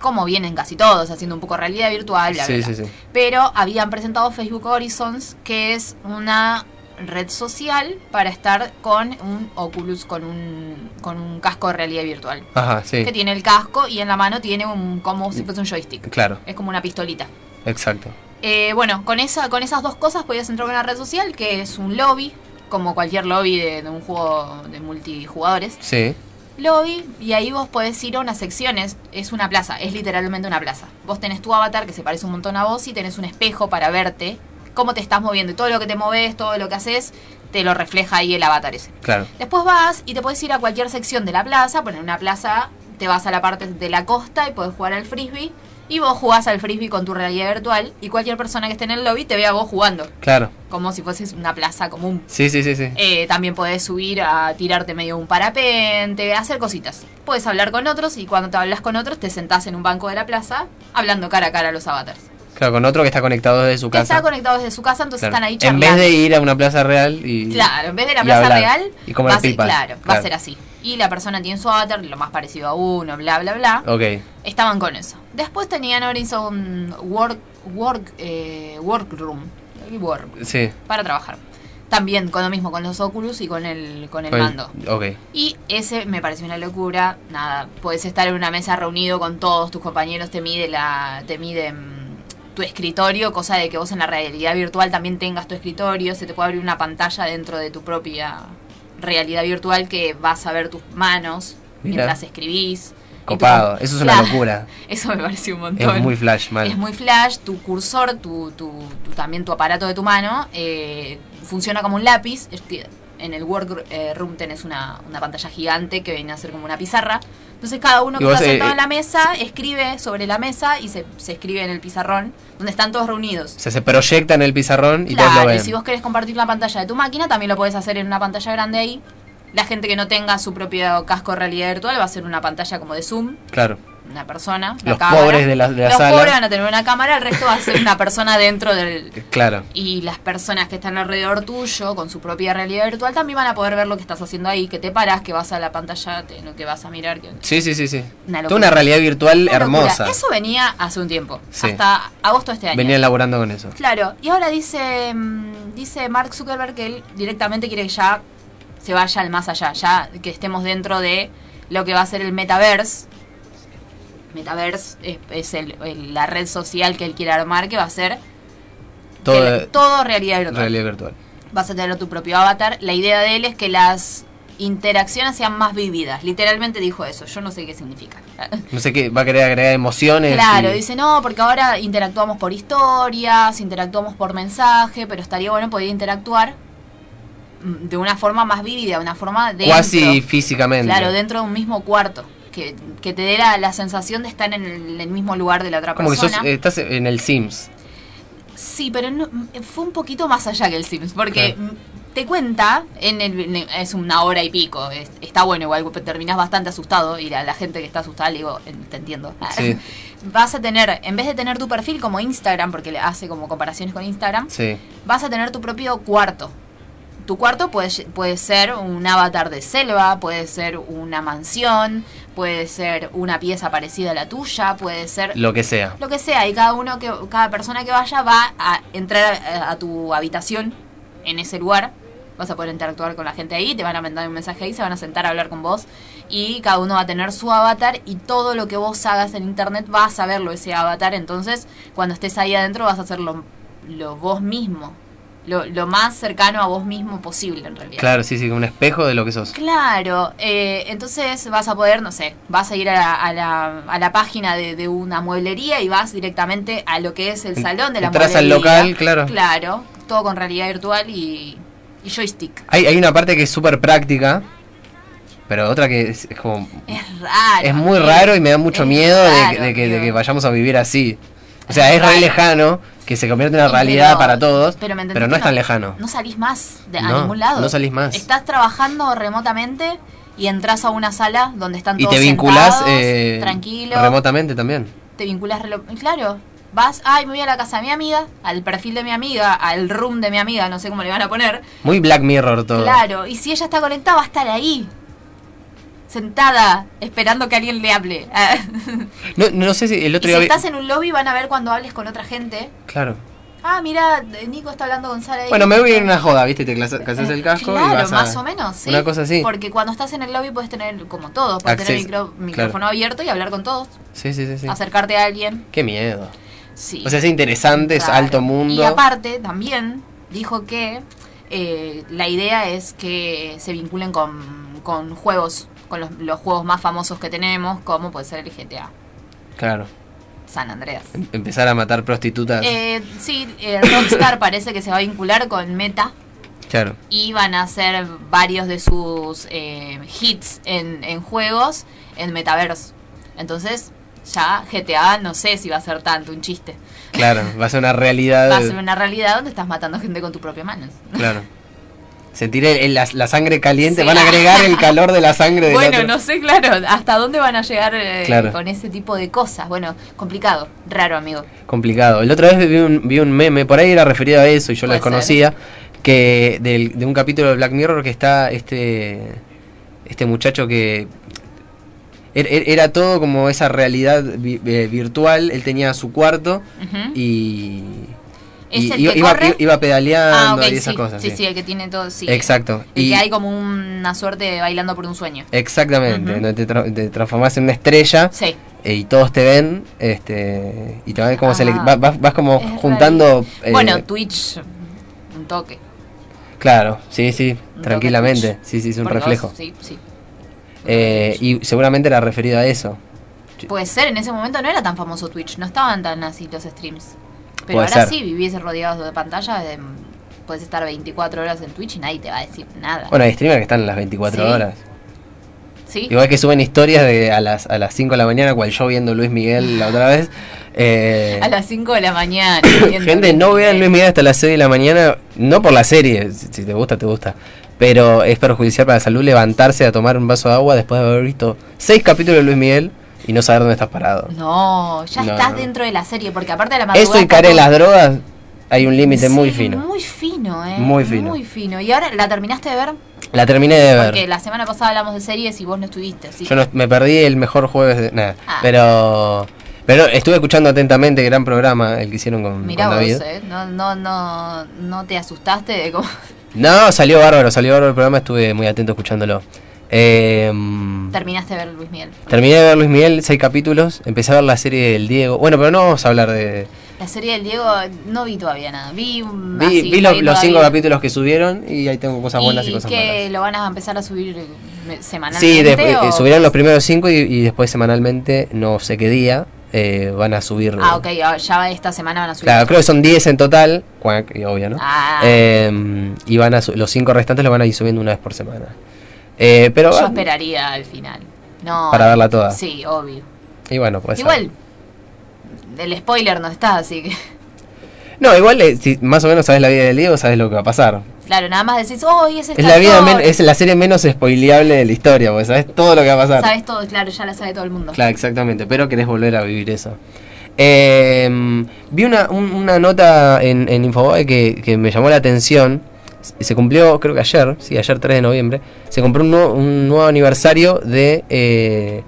B: Como vienen casi todos, haciendo un poco realidad virtual, bla, bla,
A: Sí,
B: bla.
A: sí, sí.
B: Pero habían presentado Facebook Horizons, que es una red social para estar con un Oculus, con un, con un casco de realidad virtual.
A: Ajá, sí. Mm.
B: Que tiene el casco y en la mano tiene un como si fuese un joystick.
A: Claro,
B: Es como una pistolita.
A: exacto.
B: Eh, bueno, con, esa, con esas dos cosas podías entrar a una red social que es un lobby, como cualquier lobby de, de un juego de multijugadores.
A: Sí.
B: Lobby, y ahí vos podés ir a unas secciones. Es una plaza, es literalmente una plaza. Vos tenés tu avatar que se parece un montón a vos y tenés un espejo para verte cómo te estás moviendo. Y todo lo que te moves, todo lo que haces, te lo refleja ahí el avatar ese.
A: Claro.
B: Después vas y te puedes ir a cualquier sección de la plaza. Bueno, en una plaza te vas a la parte de la costa y podés jugar al frisbee. Y vos jugás al frisbee con tu realidad virtual. Y cualquier persona que esté en el lobby te vea vos jugando.
A: Claro.
B: Como si fueses una plaza común.
A: Sí, sí, sí, sí.
B: Eh, también podés subir a tirarte medio de un parapente, hacer cositas. Podés hablar con otros y cuando te hablas con otros te sentás en un banco de la plaza hablando cara a cara a los avatars.
A: Claro, con otro que está conectado desde su
B: Que
A: casa.
B: están conectados desde su casa, entonces
A: Claro.
B: están ahí
A: En
B: charlando.
A: vez de ir a una plaza real y.
B: Claro, en vez de la
A: y
B: plaza
A: hablar,
B: real,
A: y comer
B: va a ser,
A: pipas,
B: claro, va
A: claro.
B: a ser así. Y la persona tiene su avatar, lo más parecido a uno, bla, bla, bla.
A: Ok.
B: Estaban con eso. Después tenían Horizon Work, work eh, Workroom, eh, work,
A: Sí.
B: para trabajar. También con lo mismo, con los Oculus y con el, con el
A: Con-
B: mando.
A: Ok.
B: Y ese me pareció una locura. Nada, puedes estar en una mesa reunido con todos tus compañeros, te mide la te mide mm, tu escritorio, cosa de que vos en la realidad virtual también tengas tu escritorio, se te puede abrir una pantalla dentro de tu propia realidad virtual que vas a ver tus manos
A: Mirá.
B: mientras escribís. Y tu-
A: Copado. Eso es una
B: Claro,
A: locura.
B: [laughs] Eso me pareció un montón.
A: Es muy flash, mal.
B: Es muy flash, tu cursor, tu, tu, tu- también tu aparato de tu mano, eh, funciona como un lápiz. Es que En el workroom tenés una, una pantalla gigante que viene a ser como una pizarra. Entonces cada
A: Y
B: uno que
A: vos,
B: está
A: eh,
B: sentado
A: eh,
B: en la mesa escribe sobre la mesa y se, se escribe en el pizarrón, donde están todos reunidos.
A: O sea, se proyecta en el pizarrón y todos lo
B: Claro, y
A: ven.
B: si vos querés compartir la pantalla de tu máquina, también lo podés hacer en una pantalla grande ahí. La gente que no tenga su propio casco de realidad virtual va a ser una pantalla como de Zoom
A: Claro.
B: una persona. la
A: Los
B: cámara.
A: pobres de la- de la
B: Los
A: sala.
B: pobres van a tener una cámara, el resto va a ser una persona dentro del,
A: Claro.
B: y las personas que están alrededor tuyo con su propia realidad virtual también van a poder ver lo que estás haciendo ahí, que te paras, que vas a la pantalla, te- lo que vas a mirar. Que...
A: Sí, sí, sí, sí.
B: Una locura.
A: Toda una realidad virtual
B: Una locura.
A: hermosa.
B: Eso venía hace un tiempo,
A: Sí.
B: hasta agosto de este año.
A: Venía elaborando con eso.
B: Claro, y ahora dice, mm, dice Mark Zuckerberg que él directamente quiere que ya se vaya al más allá, ya que estemos dentro de lo que va a ser el metaverse. Metaverse es, es el- el- la red social que él quiere armar, que va a ser
A: Todo
B: que- todo realidad virtual
A: realidad virtual.
B: vas a tener tu propio avatar. La idea de él es que las interacciones sean más vividas. Literalmente dijo eso, yo no sé qué significa.
A: No sé qué, va a querer agregar emociones.
B: Claro,
A: y-
B: dice, no, porque ahora interactuamos por historias, interactuamos por mensaje, pero estaría bueno poder interactuar mm, de una forma más vívida, una forma de...
A: Cuasi físicamente.
B: Claro, dentro de un mismo cuarto. Que, que te dé la, la sensación de estar en el, el mismo lugar de la otra
A: Como que sos- eh,
B: persona.
A: estás en el Sims.
B: Sí, pero no- mm, fue un poquito más allá que el Sims, porque
A: Claro.
B: mm, te cuenta, en el, en el- es una hora y pico, es- está bueno igual, pero terminás bastante asustado y la, la gente que está asustada le digo, "En- te entiendo. [laughs]
A: Sí.
B: Vas a tener, en vez de tener tu perfil como Instagram, porque le hace como comparaciones con Instagram,
A: Sí.
B: vas a tener tu propio cuarto. Tu cuarto puede, lle- puede ser un avatar de selva, puede ser una mansión, puede ser una pieza parecida a la tuya, puede ser
A: Lo que sea.
B: lo que sea y cada uno que cada persona que vaya va a entrar eh, a, a tu habitación en ese lugar vas a poder interactuar con la gente ahí te van a mandar un mensaje ahí se van a sentar a hablar con vos y cada uno va a tener su avatar y todo lo que vos hagas en internet vas a verlo ese avatar entonces cuando estés ahí adentro vas a hacerlo lo vos mismo lo, lo más cercano a vos mismo posible en realidad
A: Claro, sí, sí, como un espejo de lo que sos.
B: Claro, eh, entonces vas a poder, no sé, vas a ir a la, a la, a la página de, de una mueblería y vas directamente a lo que es el
A: En-
B: salón de la
A: entras al
B: mueblería.
A: local, claro.
B: Claro, todo con realidad virtual y, y joystick.
A: Hay, hay una parte que es súper práctica, pero otra que es, es como...
B: Es raro.
A: Es muy
B: amigo.
A: raro y me da mucho
B: Es
A: miedo de-
B: raro,
A: de, que, de
B: amigo.
A: que vayamos a vivir así. O sea, es re
B: Raro.
A: lejano, que se convierte en una realidad
B: Pero-
A: para todos,
B: pero
A: pero,
B: me entendés
A: no
B: que
A: es tan lejano.
B: No salís más de, a
A: No,
B: ningún lado.
A: no salís más.
B: Estás trabajando remotamente y entras a una sala donde están
A: y
B: todos
A: te vinculás
B: sentados,
A: eh,
B: tranquilos.
A: remotamente también.
B: te vinculas relo- claro vas ay me voy a la casa de mi amiga al perfil de mi amiga al room de mi amiga no sé cómo le van a poner
A: Muy Black Mirror todo.
B: claro y si ella está conectada va a estar ahí sentada esperando que alguien le hable [laughs]
A: No, no sé si el
B: y
A: otro
B: si
A: día... vi-
B: estás en un lobby van a ver cuando hables con otra gente
A: Claro.
B: ah mira Nico está hablando con Sara ahí.
A: Bueno, me voy a ir a una joda, ¿viste? Te clasa- calzas el casco
B: claro,
A: y vas a...
B: más o menos, sí.
A: Una cosa así.
B: Porque cuando estás en el lobby puedes tener, como todo, puedes tener
A: Acceso,
B: micro-
A: claro.
B: micrófono abierto y hablar con todos,
A: Sí, sí, sí, sí.
B: acercarte a alguien.
A: Qué miedo.
B: Sí.
A: O sea, es interesante, es
B: Claro.
A: alto mundo.
B: Y aparte, también dijo que eh, la idea es que se vinculen con, con juegos, con los, los juegos más famosos que tenemos, como puede ser el GTA
A: Claro.
B: San Andreas.
A: Em- Empezar a matar prostitutas.
B: Eh, sí, eh, Rockstar [laughs] parece que se va a vincular con Meta
A: Claro.
B: y van a hacer varios de sus eh, hits en, en juegos en Metaverse. Entonces, ya GTA no sé si va a ser tanto un chiste.
A: Claro, va a ser una realidad.
B: Va a ser una realidad donde estás matando gente con tu propia mano.
A: Claro. Sentir el- el- la, la sangre caliente,
B: Sí.
A: van a agregar el calor de la sangre del
B: Bueno,
A: otro.
B: no sé, claro, hasta dónde van a llegar eh,
A: Claro.
B: con ese tipo de cosas. Bueno, complicado, raro, amigo.
A: Complicado. El otra vez vi un, vi un meme, por ahí era referido a eso y yo lo
B: Puede ser.
A: desconocía, que del- de un capítulo de Black Mirror que está este, este muchacho que... er- er- Era todo como esa realidad vi- eh, virtual, él tenía su cuarto
B: Ujú.
A: y...
B: ¿Es
A: y
B: el
A: iba,
B: que
A: iba-
B: corre?
A: iba pedaleando
B: ah, ok,
A: y esas
B: sí,
A: cosas.
B: sí,
A: sí.
B: sí, el que tiene todo, sí.
A: Exacto.
B: El
A: y
B: que hay como una suerte de bailando por un sueño.
A: Exactamente,
B: Ujú.
A: donde te, tra- te transformás en una estrella
B: Sí,
A: eh, y todos te ven este, y te van como
B: Ah,
A: selec- va- vas, vas como
B: es
A: juntando... eh,
B: bueno, Twitch, un toque.
A: Claro, sí, sí,
B: Un
A: tranquilamente.
B: toque
A: Sí, sí, es un
B: Porque
A: reflejo.
B: vos- sí, sí.
A: Eh, y seguramente era referido a eso.
B: Puede ser, en ese momento no era tan famoso Twitch, no estaban tan así los streams. Pero
A: Puede
B: ahora
A: ser.
B: sí, vivís rodeados de pantallas, eh, puedes estar 24 horas en Twitch y nadie te va a decir nada.
A: Bueno, hay streamers que están las 24
B: Sí.
A: horas.
B: ¿Sí?
A: Igual que suben historias de a las, a las 5 de la mañana, cual yo viendo Luis Miguel la otra vez. eh,
B: [laughs] A las 5 de la mañana.
A: [coughs] Gente, no vean Luis
B: mismo
A: Miguel hasta las 6 de la mañana, no por la serie, si si te gusta, te gusta. Pero es perjudicial para la salud levantarse a tomar un vaso de agua después de haber visto seis capítulos de Luis Miguel y no saber dónde estás parado.
B: No, ya
A: No,
B: estás
A: no.
B: dentro de la serie, porque aparte de la madrugada...
A: Eso y
B: está
A: caer en
B: todo-
A: las drogas, hay un límite
B: Sí,
A: muy fino.
B: Muy fino, ¿eh?
A: Muy fino.
B: Muy fino. ¿Y ahora la terminaste de ver?
A: La terminé de ver.
B: Porque la semana pasada hablamos de series y vos no estuviste, así
A: Yo no- me perdí el mejor jueves de. Nada.
B: Ah.
A: Pero. Pero estuve escuchando atentamente, gran programa el que hicieron con, con
B: Mirá vos,
A: David.
B: ¿eh? No, no, no, no te asustaste de cómo... [laughs]
A: No, salió bárbaro, salió bárbaro el programa, estuve muy atento escuchándolo. Eh, mm,
B: Terminaste de ver Luis Miguel.
A: terminé de ver Luis Miguel, seis capítulos, empecé a ver la serie del Diego. Bueno, pero no vamos a hablar de...
B: La serie del Diego no vi todavía nada. Vi, un-
A: Vi,
B: así,
A: vi los,
B: vi
A: los
B: todavía.
A: cinco capítulos que subieron y ahí tengo cosas buenas y,
B: y
A: cosas
B: que
A: malas.
B: lo van a empezar a subir eh, semanalmente.
A: Sí, de- eh,
B: o-
A: subieron los primeros cinco y, y después semanalmente, no sé qué día, eh, van a subir...
B: Ah, ok, ah, ya esta semana van a subir.
A: Claro, creo que son 10 en total, cuac, y obvio, ¿no?
B: Ah.
A: Eh, y van a su- los cinco restantes los van a ir subiendo una vez por semana. Eh, pero
B: Yo
A: van-
B: esperaría al final. No.
A: Para verla toda.
B: Sí, obvio.
A: Y bueno, pues...
B: Igual, el spoiler no está, así que. [laughs]
A: No, igual eh, si más o menos sabes la vida del Diego, sabes lo que va a pasar.
B: Claro, nada más decís, oh, y es esta
A: Es la vida men-
B: actor".
A: es la serie menos spoileable de la historia, porque sabes todo lo que va a pasar.
B: Sabes todo, claro, ya la sabe todo el mundo.
A: Claro, exactamente, pero querés volver a vivir eso. Eh, vi una, un- una nota en, en Infobae que, que me llamó la atención. Se- Se cumplió, creo que ayer, sí, ayer 3 de noviembre, se cumplió un nuevo, un nuevo aniversario de eh,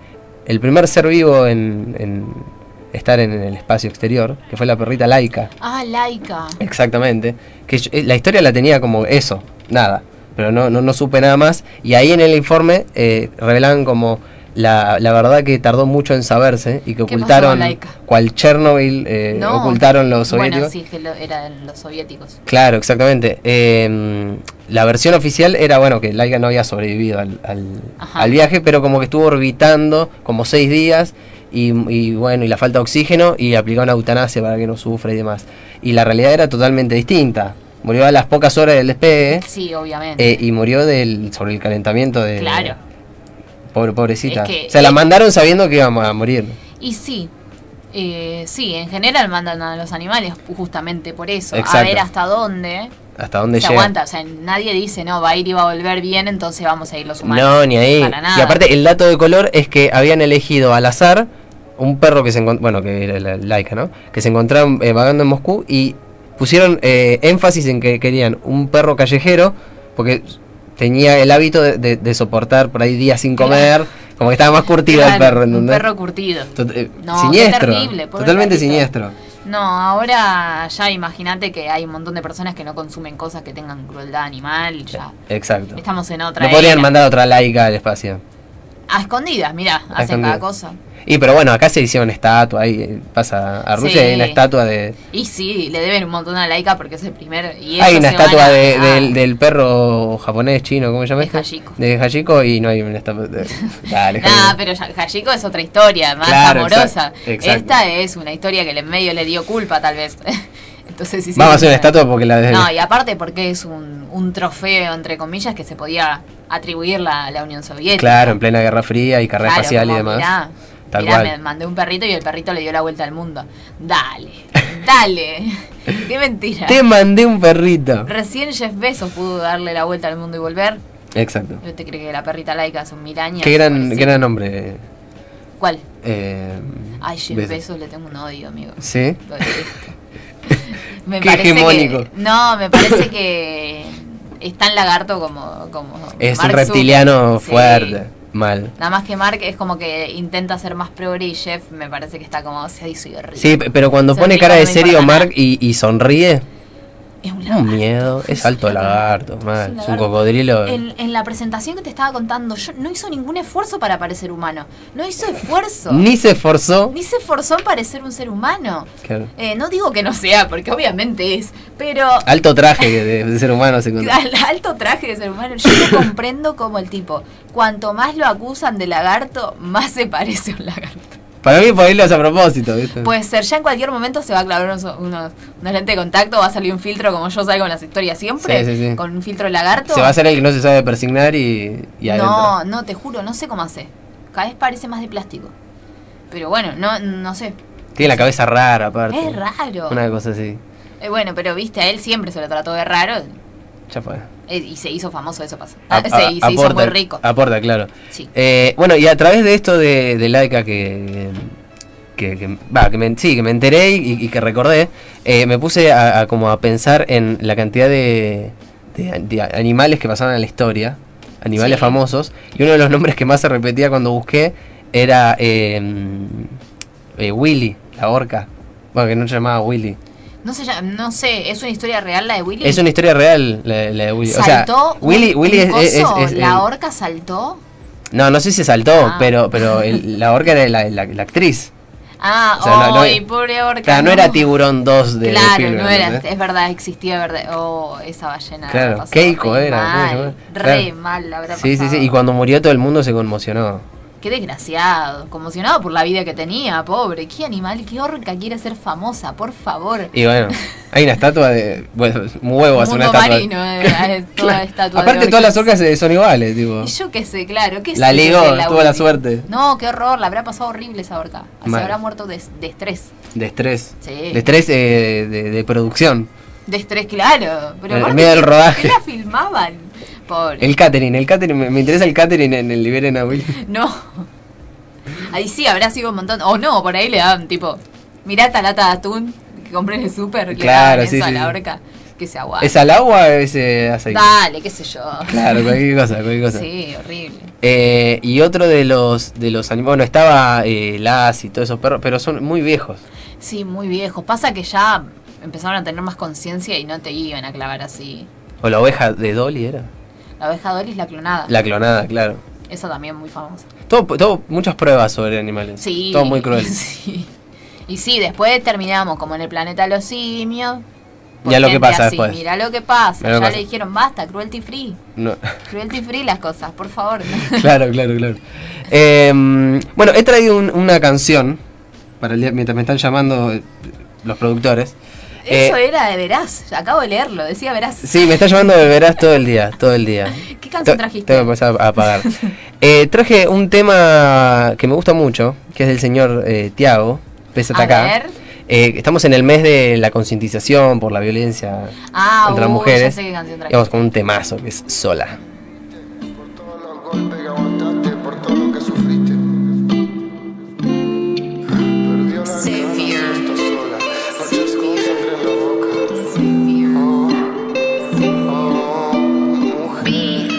A: el primer ser vivo en, en estar en el espacio exterior, que fue la perrita laica.
B: Ah, Laika.
A: Exactamente. Que yo- eh, la historia la tenía como eso, nada. Pero no, no, no supe nada más. Y ahí en el informe eh, revelan como la, la verdad que tardó mucho en saberse y que
B: pasó,
A: ocultaron
B: Laika?
A: cual Chernobyl eh,
B: No.
A: ocultaron los soviéticos.
B: Bueno, sí, que lo- eran los soviéticos.
A: Claro, exactamente. Eh, la versión oficial era, bueno, que Laika no había sobrevivido al, al-
B: Ajá.
A: al viaje, pero como que estuvo orbitando como seis días y, y, bueno, y la falta de oxígeno y aplicaron eutanasia para que no sufra y demás. Y la realidad era totalmente distinta. Murió a las pocas horas del despegue
B: Sí, obviamente.
A: eh, y murió del, sobre el calentamiento de...
B: Claro.
A: Pobre, pobrecita.
B: Es que-
A: o sea, la mandaron sabiendo que íbamos a morir.
B: Y sí, eh, sí, en general mandan a los animales justamente por eso. A
A: Exacto.
B: ver hasta dónde
A: ¿Hasta dónde
B: se
A: llega?
B: aguanta. O sea, nadie dice, no, va a ir y va a volver bien, entonces vamos a ir los humanos.
A: No, ni ahí.
B: Para nada.
A: Y
B: [laughs]
A: aparte, el dato de color es que habían elegido al azar un perro que se encontró, bueno, que era la laica, ¿no? Que se encontraron eh, vagando en Moscú y pusieron eh, énfasis en que querían un perro callejero porque tenía el hábito de, de- de soportar por ahí días sin comer, como que estaba más curtido el
B: Claro,
A: perro,
B: Un
A: ¿entendés?
B: perro curtido.
A: Tot- eh,
B: No, qué
A: siniestro,
B: terrible, pobre
A: totalmente
B: perrito.
A: siniestro.
B: No, ahora ya imagínate que hay un montón de personas que no consumen cosas que tengan crueldad animal. Ya.
A: Exacto.
B: Estamos en otra.
A: No podrían
B: era.
A: mandar otra laica al espacio.
B: A escondidas, mirá, hacen
A: escondidas.
B: cada cosa.
A: Y pero bueno, acá se hicieron estatua, ahí eh, pasa a Rusia y hay una
B: Sí.
A: estatua de,
B: Y sí, le deben un montón a Laika porque es el primer. Y
A: Hay
B: ellos
A: una
B: se van
A: estatua
B: a- Ah.
A: de-
B: a-
A: del, del perro japonés, chino, ¿cómo se llama?
B: De
A: este?
B: Hachiko.
A: De Hachiko y no hay una estatua. de-
B: [laughs]
A: Dale,
B: Nah,
A: Hachiko.
B: pero ya- Hachiko es otra historia, más
A: Claro,
B: amorosa.
A: exacto, exacto.
B: Esta es una historia que el en medio le dio culpa, tal vez. [laughs] Entonces hicieron
A: Vamos a hacer una estatua porque la de...
B: No, y aparte porque es un, un trofeo, entre comillas, que se podía atribuir la, la Unión Soviética.
A: claro, en plena Guerra Fría y carrera
B: Claro,
A: espacial y
B: como,
A: demás.
B: Mirá,
A: Tal
B: mirá,
A: cual.
B: me mandé un perrito y el perrito le dio la vuelta al mundo. Dale, [laughs] dale.
A: [laughs]
B: Qué mentira.
A: Te mandé un perrito.
B: Recién Jeff Bezos pudo darle la vuelta al mundo y volver.
A: Exacto.
B: ¿Usted cree que la perrita laica hace un mil años?
A: Qué gran,
B: Parece-
A: qué gran nombre.
B: ¿Cuál?
A: eh,
B: Ay, Jeff
A: Bezos.
B: Bezos. le tengo un
A: [laughs]
B: odio, amigo.
A: ¿Sí?
B: Lo
A: [laughs]
B: detesto. me
A: Qué
B: parece
A: hegemónico.
B: que- no, me parece que es tan lagarto como. como
A: Es
B: Mark
A: un
B: Zuckerberg.
A: reptiliano
B: Sí.
A: fuerte. Mal.
B: Nada más que Mark es como que intenta ser más progre y Jeff me parece que está como se hizo
A: Sí, p- pero cuando
B: Se
A: pone
B: ríe,
A: cara de
B: no me importa
A: serio
B: nada.
A: Mark y, y sonríe,
B: Es un
A: un
B: lagarto.
A: miedo. Es alto lagarto, mal. Es un
B: lagarto.
A: cocodrilo.
B: En, en la presentación que te estaba contando, yo no hizo ningún esfuerzo para parecer humano. No hizo esfuerzo.
A: Ni se esforzó.
B: Ni se esforzó en parecer un ser humano.
A: Claro.
B: Eh, no digo que no sea, porque obviamente es, pero
A: Alto traje de, de ser humano se encontró.
B: al alto traje de ser humano, yo no comprendo como el tipo, cuanto más lo acusan de lagarto, más se parece a un lagarto.
A: Para mí ponerlo es a propósito, ¿viste?
B: Puede ser, ya en cualquier momento se va a clavar unos, unos, unos lentes de contacto, va a salir un filtro como yo salgo en las historias siempre,
A: Sí, sí, sí.
B: con un filtro lagarto.
A: se va a hacer el que no se sabe persignar y, y
B: No,
A: adentro.
B: no, te juro, no sé cómo hace. Cada vez parece más de plástico. Pero bueno, no, no sé.
A: Tiene la cabeza rara, aparte.
B: Es raro.
A: Una cosa así.
B: Eh, bueno, pero viste, a él siempre se lo trató de raro.
A: Ya fue.
B: Eh, Y se hizo famoso, eso pasa.
A: A-
B: Ah, se, se
A: a-
B: hizo muy rico.
A: Aporta, Ah, claro.
B: Sí.
A: Eh, bueno, y a través de esto de, de Laika que. que, que- va, que me, sí, que me enteré y, y que recordé, eh, me puse a, a como a pensar en la cantidad de, de- de animales que pasaban en la historia, animales
B: Sí.
A: famosos, y uno de los nombres que más se repetía cuando busqué era eh, eh, Willy, la orca. Bueno, que no se llamaba Willy.
B: No sé, ya- no sé, ¿es una historia real la de Willy?
A: Es una historia real la, la de Willy.
B: ¿Saltó?
A: o sea, Willy,
B: un-
A: Willy
B: un
A: es, es- es-
B: coso?
A: es-
B: ¿La orca saltó?
A: No, no sé si saltó,
B: Ah.
A: pero, pero el- la orca era la, la- la actriz.
B: Ah,
A: O sea, no- no-
B: ay, pobre orca.
A: O sea, no era Tiburón 2 de de
B: Claro,
A: Spielberg,
B: no era,
A: ¿entendés?
B: es verdad, existía verdad. Oh, esa ballena.
A: Claro,
B: la pasó
A: Keiko
B: re
A: era, ¿cómo se
B: Mal,
A: llama?
B: re
A: Claro.
B: mal la verdad.
A: Sí, sí, sí. Y cuando murió todo el mundo se conmocionó.
B: Qué desgraciado, conmocionado por la vida que tenía, pobre. Qué animal, qué orca quiere ser famosa, por favor.
A: Y bueno, hay una estatua de. Bueno, un huevo hace una
B: Mundo
A: estatua.
B: marino,
A: [laughs]
B: eh, toda
A: Claro.
B: estatua de
A: Aparte, todas las
B: orcas.
A: orcas eh, son iguales, tipo.
B: Y yo qué sé, claro, qué
A: La
B: sé yo
A: ligó,
B: de
A: tuvo la
B: Willy.
A: suerte.
B: No, qué horror, la habrá pasado horrible esa orca. Se
A: Mal.
B: habrá muerto de, de estrés.
A: De estrés.
B: Sí.
A: De estrés eh, de, de producción.
B: De estrés, claro. Pero
A: Eh, En
B: aparte,
A: medio del
B: ¿qué-
A: rodaje.
B: ¿Qué la filmaban? Pobre.
A: El catering, el catering. Me, me interesa el catering en el Liberen a Willy.
B: [laughs] No. Ahí sí habrá sido un montón. O no, por ahí le dan, tipo, mirá esta lata de atún que compré en el súper.
A: Claro,
B: le daban eso
A: sí,
B: a
A: sí,
B: la
A: sí.
B: orca. Que se aguante.
A: ¿Es al agua o es eh, aceite?
B: Dale, qué sé yo.
A: Claro, cualquier cosa, cualquier cosa.
B: Sí, horrible.
A: Eh, y otro de los de los animales, bueno, estaba eh, Laz y todos esos perros, pero son muy viejos.
B: Sí, muy viejos. Pasa que ya empezaron a tener más conciencia y no te iban a clavar así.
A: O la oveja de Dolly era.
B: La oveja Doris, la clonada.
A: La clonada, claro.
B: Eso también muy famosa.
A: Todo, todo- muchas pruebas sobre animales.
B: Sí.
A: Todo muy cruel.
B: [laughs] Sí. Y sí, después terminamos como en el planeta de los simios. por
A: Ya lo que
B: gente
A: pasa después.
B: Mirá lo que pasa.
A: Mirá lo
B: ya
A: que pasa.
B: le dijeron, basta, cruelty free.
A: No. [laughs]
B: Cruelty free las cosas, por favor.
A: claro, claro, claro. Eh, bueno, he traído un- una canción para el día- mientras me están llamando eh, los productores.
B: Eso
A: Eh,
B: era de Verás. Acabo de leerlo, decía Verás.
A: Sí, me está llamando de veras todo el día, todo el día.
B: [laughs] ¿Qué canción
A: Te-
B: trajiste?
A: Tengo que empezar a
B: [laughs]
A: apagar. Eh, traje un tema que me gusta mucho, que es del señor eh, Tiago, pese
B: A ver.
A: Eh, estamos en el mes de la concientización por la violencia
B: Ah,
A: contra las
B: uh,
A: mujeres.
B: ya sé qué canción traje.
A: Vamos con un temazo que es sola.
F: Por todos los golpes que aguantaste, por todo lo que sufriste. Perdió la
G: Savior.
F: gana, sola. Muchas cosas entre la boca. Oh, oh, mujer.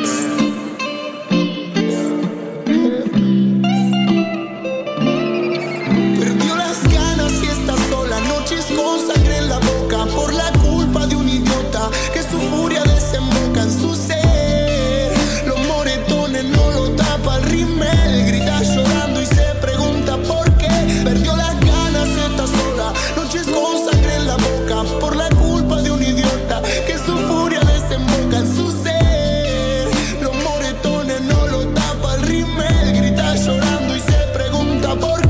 H: Perdió las ganas y está sola, noches con sangre en la boca por la culpa de un idiota que su furia desemboca en su ser. Los moretones no lo tapa el rimel, grita llorando y se pregunta por qué. Perdió las ganas y está sola, noches con sangre en la boca por la culpa de un idiota que su furia desemboca en su ser. Los moretones no lo tapa el rimel, grita llorando y se pregunta por qué.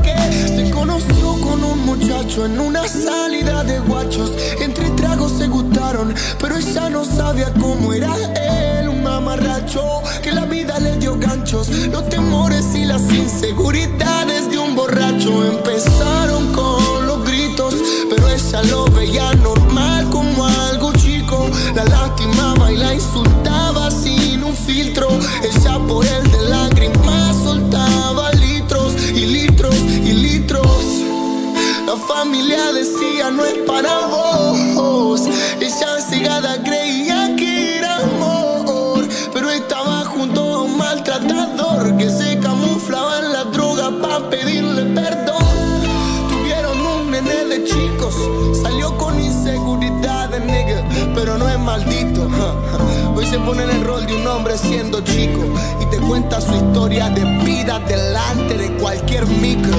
H: Se conoció con un muchacho en una salida de guachos. Entre tragos se gustaron, pero ella no sabía cómo era él. Un mamarracho que la vida le dio ganchos. Los temores y las inseguridades de un borracho empezaron con los gritos, pero ella lo veía normal como algo chico. La lastimaba y la insultaba sin un filtro. Ella por él de lágrimas soltaba litros y litros y litros. La familia decía no es para vos. Ella cegada creía que era amor, pero estaba junto a un maltratador que se camuflaba en la droga para pedirle perdón. Tuvieron un nene de chicos, salió con inseguridad de nigga, pero no es maldito. Hoy se pone en el rol de un hombre siendo chico y te cuenta su historia de vida delante de cualquier micro.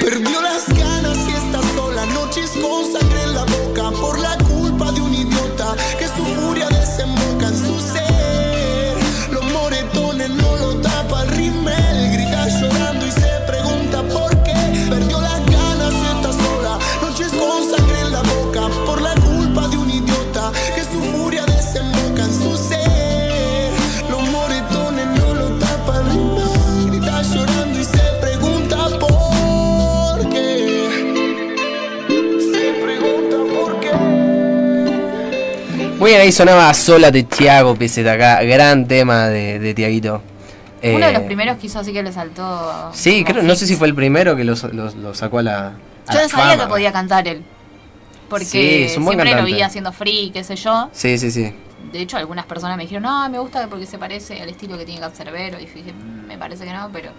H: Perdió las ganas y está sola, noches con sangre en la boca por la culpa de un idiota que su furia desemboca en su ser. Los moretones no lo tapa el rimel, grita llorando y se pregunta por qué. Perdió las ganas y está sola, noches con sangre en la boca por la culpa de un idiota que su furia desemboca en su ser. Los moretones no lo tapa el rimel, grita llorando y se pregunta por qué. Se pregunta por
A: Muy bien, ahí sonaba Sola de Tiago acá Gran tema de, de Tiaguito.
B: Uno de los
A: Eh,
B: primeros que hizo así que le saltó.
A: Sí,
B: como
A: creo, no
B: hit.
A: sé si fue el primero que lo, lo- lo sacó a la. a
B: Yo
A: la
B: no sabía que
A: fama.
B: podía cantar él. Porque
A: Sí, es un buen
B: siempre lo
A: cantante.
B: vi haciendo free, qué sé yo.
A: Sí, sí, sí.
B: De hecho, algunas personas me dijeron, no, me gusta porque se parece al estilo que tiene Cancerbero. Y dije, "Mm, me parece que no, pero.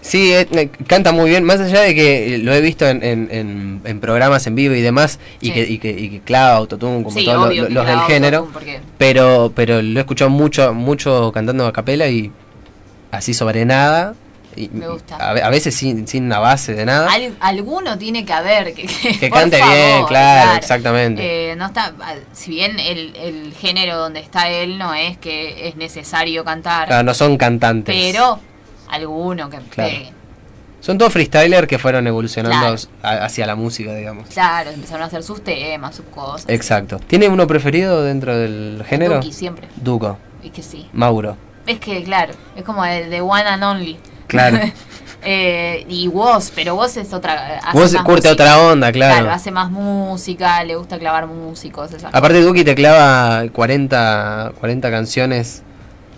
A: Sí, eh, eh, canta muy bien, más allá de que lo he visto en, en- en- en programas en vivo y demás, y,
B: Sí.
A: que, y, que, y que clava autotune como
B: sí,
A: todos lo-
B: obvio
A: lo-
B: que
A: los del
B: grababa
A: género,
B: autotune Porque
A: pero pero lo he escuchado mucho mucho cantando a capela y así sobre nada, y,
B: Me gusta.
A: A, ve- a veces sin, sin una base de nada,
B: al- alguno tiene que haber que, [laughs]
A: que
B: por
A: cante
B: favor,
A: bien, claro, exactamente.
B: Eh, no está, al- si bien el, el género donde está él no es que es necesario cantar,
A: Claro, no son cantantes.
B: pero alguno que
A: Claro.
B: que-
A: Son todos freestylers que fueron evolucionando
B: Claro.
A: a- hacia la música, digamos.
B: claro, empezaron a hacer sus temas, sus cosas.
A: Exacto. ¿Tiene uno preferido dentro del género?
B: Duki siempre,
A: Duco,
B: es que sí.
A: Mauro.
B: Es que claro, es como el de One and Only. [laughs]
A: Claro.
B: Eh, y Woz, pero Woz es otra. hace
A: Vos
B: más
A: curte
B: música.
A: otra onda,
B: Claro.
A: claro.
B: hace más música, le gusta clavar músicos. esas cosas.
A: Aparte Duki te clava 40, 40 canciones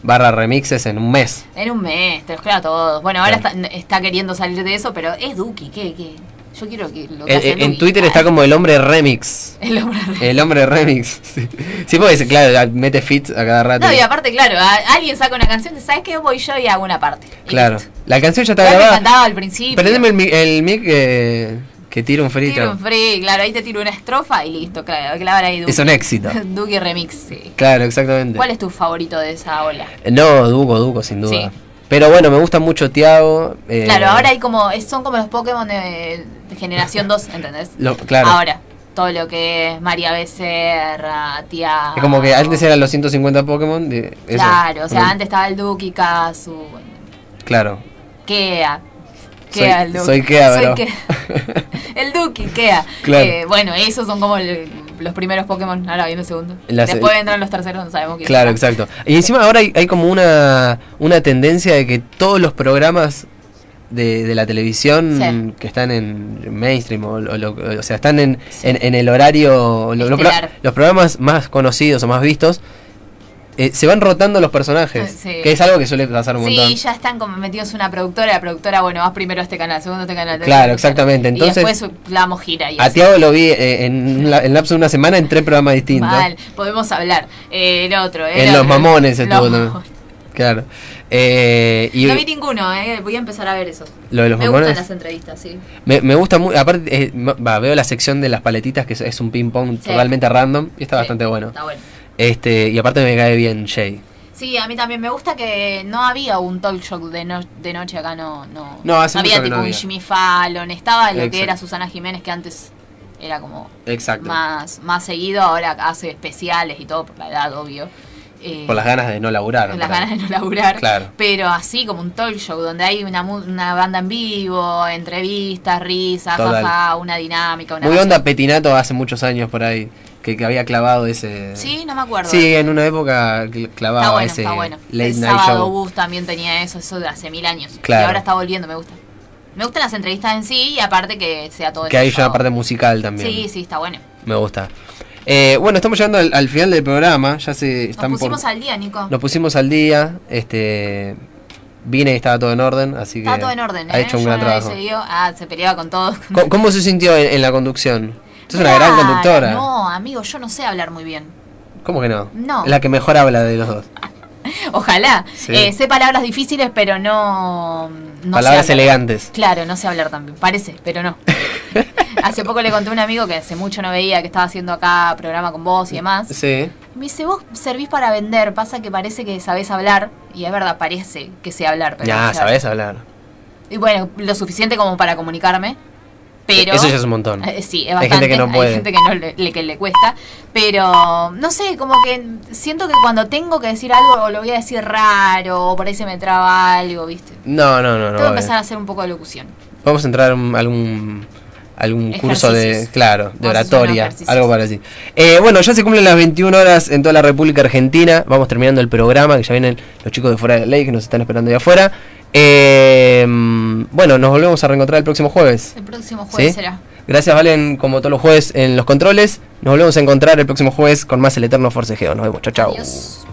A: barra remixes en un mes.
B: En un mes, te los clava a todos. Bueno, ahora
A: Claro.
B: está, está queriendo salir de eso, pero es Duki, ¿qué? qué? Yo quiero que lo que
A: Eh, En,
B: hace
A: en- en
B: Duki.
A: Twitter está como el hombre remix.
B: [laughs] El hombre-
A: [laughs] El hombre remix. Sí, Sí, porque claro, ah, mete fit a cada rato.
B: No, y aparte, claro, a- alguien saca una canción, ¿sabes qué? Voy yo y hago una parte.
A: [laughs]
B: Y
A: claro.
B: listo.
A: La canción ya está
B: Ya me
A: grabada.
B: cantaba al principio.
A: Prendeme el, mi- el mic eh, que tira un frito.
B: Tiro un free, claro, ahí te tiro una estrofa y listo, claro, clavar ahí Duki.
A: Es un
B: [laughs]
A: éxito.
B: Duki Remix, sí.
A: Claro, exactamente. Eh,
B: ¿Cuál es tu favorito de esa ola?
A: No, Duco, Duco, sin duda.
B: Sí.
A: Pero bueno, me gusta mucho Tiago. eh,
B: Claro, ahora hay como, es- son como los Pokémon de, de generación 2, ¿entendés?
A: lo- claro.
B: Ahora, todo lo que es María Becerra, Tía.
A: Es como que antes eran los 150 Pokémon. de- eso.
B: Claro, o sea,
A: Bueno,
B: antes estaba el Duki, Kazu,
A: Claro.
B: Kea.
A: Soy-
B: Kea, el Duki.
A: soy Kea, bro. [laughs]
B: El Duki, Kea.
A: Claro.
B: Eh, bueno, esos son como el- los primeros Pokémon. Ahora viene el segundo.
A: Las-
B: Después vendrán los terceros, no sabemos quién
A: Claro,
B: será.
A: exacto. Y encima ahora hay, hay como una, una tendencia de que todos los programas de, de la televisión
B: Sí.
A: que están en mainstream, o, lo- o lo- o sea, están en,
B: Sí.
A: en, en el horario, lo- lo pro-
B: Estelar.
A: los programas más conocidos o más vistos, eh, se van rotando los personajes,
B: Ah, sí.
A: que es algo que suele pasar un montón.
B: Sí, ya están como metidos en una productora. La productora, bueno, vas primero a este canal, segundo a este canal. tercero a
A: Claro,
B: este canal.
A: exactamente. Entonces,
B: y después damos gira. Y
A: a
B: así.
A: Tiago lo vi eh, en la- en lapso de una semana en tres programas distintos.
B: Mal, podemos hablar. Eh, el otro, el
A: En Los
B: otro.
A: Mamones
B: Los
A: estuvo también.
B: Mamones.
A: Claro. Eh, y
B: No vi ninguno, eh. voy a empezar a ver esos.
A: lo de los
B: Me
A: mamones.
B: gustan las entrevistas, sí.
A: Me, me gusta muy, aparte, eh, ma- va, veo la sección de las paletitas que es, es un ping pong
B: Sí.
A: totalmente random y está
B: Sí,
A: bastante bueno.
B: Está bueno.
A: Este, y aparte me cae bien Jay.
B: Sí, a mí también me gusta que no había un talk show de, no- de noche acá, no. No,
A: No, hace
B: había
A: mucho que
B: tipo
A: no
B: un
A: había.
B: Jimmy Fallon, estaba lo
A: Exacto.
B: que era Susana Jiménez, que antes era como
A: Exacto.
B: más, más seguido, ahora hace especiales y todo, por la edad, obvio. Eh,
A: Por las ganas de no laburar.
B: con
A: por
B: las
A: ahí.
B: ganas de no laburar.
A: Claro.
B: Pero así como un talk show donde hay una, mu- una banda en vivo, entrevistas, risas,
A: Total.
B: jaja, una dinámica, una.
A: Muy onda Petinato hace muchos años por ahí, que, que había clavado ese...
B: Sí, no me acuerdo.
A: Sí, en una época cl- clavaba
B: Está bueno,
A: ese
B: está bueno.
A: late
B: el
A: night
B: sábado
A: show.
B: Bus también tenía eso, eso de hace mil años.
A: Claro.
B: Y ahora está volviendo, me gusta. Me gustan las entrevistas en sí y aparte que sea todo
A: Que hay ya una
B: enlazado.
A: parte musical también.
B: Sí, sí, está bueno.
A: Me gusta. Eh, bueno, estamos llegando al, al final del programa. Ya se
B: Nos
A: están por-
B: pusimos al día, Nico.
A: Nos pusimos al día, este vine y estaba todo en orden, así que
B: Está todo en orden,
A: ha
B: ¿eh?
A: hecho un
B: Yo
A: gran
B: no había
A: trabajo.
B: seguido. Ah, se peleaba con todos.
A: ¿Cómo, cómo se sintió en, en la conducción? Sos una gran
B: Claro,
A: conductora.
B: No, amigo, yo no sé hablar muy bien. [laughs]
A: ¿Cómo que no?
B: No.
A: Es la que mejor habla de los dos.
B: Ojalá.
A: Sí.
B: Eh, sé palabras difíciles, pero no. no
A: Palabras
B: sé hablar.
A: elegantes.
B: Claro, no sé hablar también. Parece,
A: [laughs]
B: pero no. hace poco le conté a un amigo que hace mucho no veía que estaba haciendo acá programa con vos y demás.
A: Sí.
B: Me dice, vos servís para vender, pasa que parece que sabés hablar, y es verdad, parece que sé hablar, pero
A: Ya,
B: no sé
A: sabes hablar.
B: hablar. Y bueno, lo suficiente como para comunicarme, pero...
A: Eso ya es un montón.
B: [laughs] Eh, Sí, es
A: Hay
B: bastante.
A: gente que no puede.
B: Hay gente que no le, le- que le cuesta. Pero no sé, como que siento que cuando tengo que decir algo o lo voy a decir raro o por ahí se me traba algo, ¿viste?
A: No, no, no, eh. no.
B: Tengo que
A: va
B: empezar a
A: bien.
B: hacer un poco de locución.
A: Vamos a entrar a un- algún algún curso de,
B: Ejercicios.
A: claro, de
B: Vamos a hacer unos
A: oratoria,
B: ejercicios.
A: algo para así. Eh, bueno, ya se cumplen las 21 horas en toda la República Argentina. Vamos terminando el programa, que ya vienen los chicos de fuera de ley que nos están esperando allá afuera. Eh, bueno, nos volvemos a reencontrar el próximo jueves.
I: El próximo jueves
A: ¿Sí?
I: será.
A: Gracias, Valen, como todos los jueves en los controles. Nos volvemos a encontrar el próximo jueves con más El Eterno Forcejeo. Nos vemos. Chao, chao.
I: Adiós.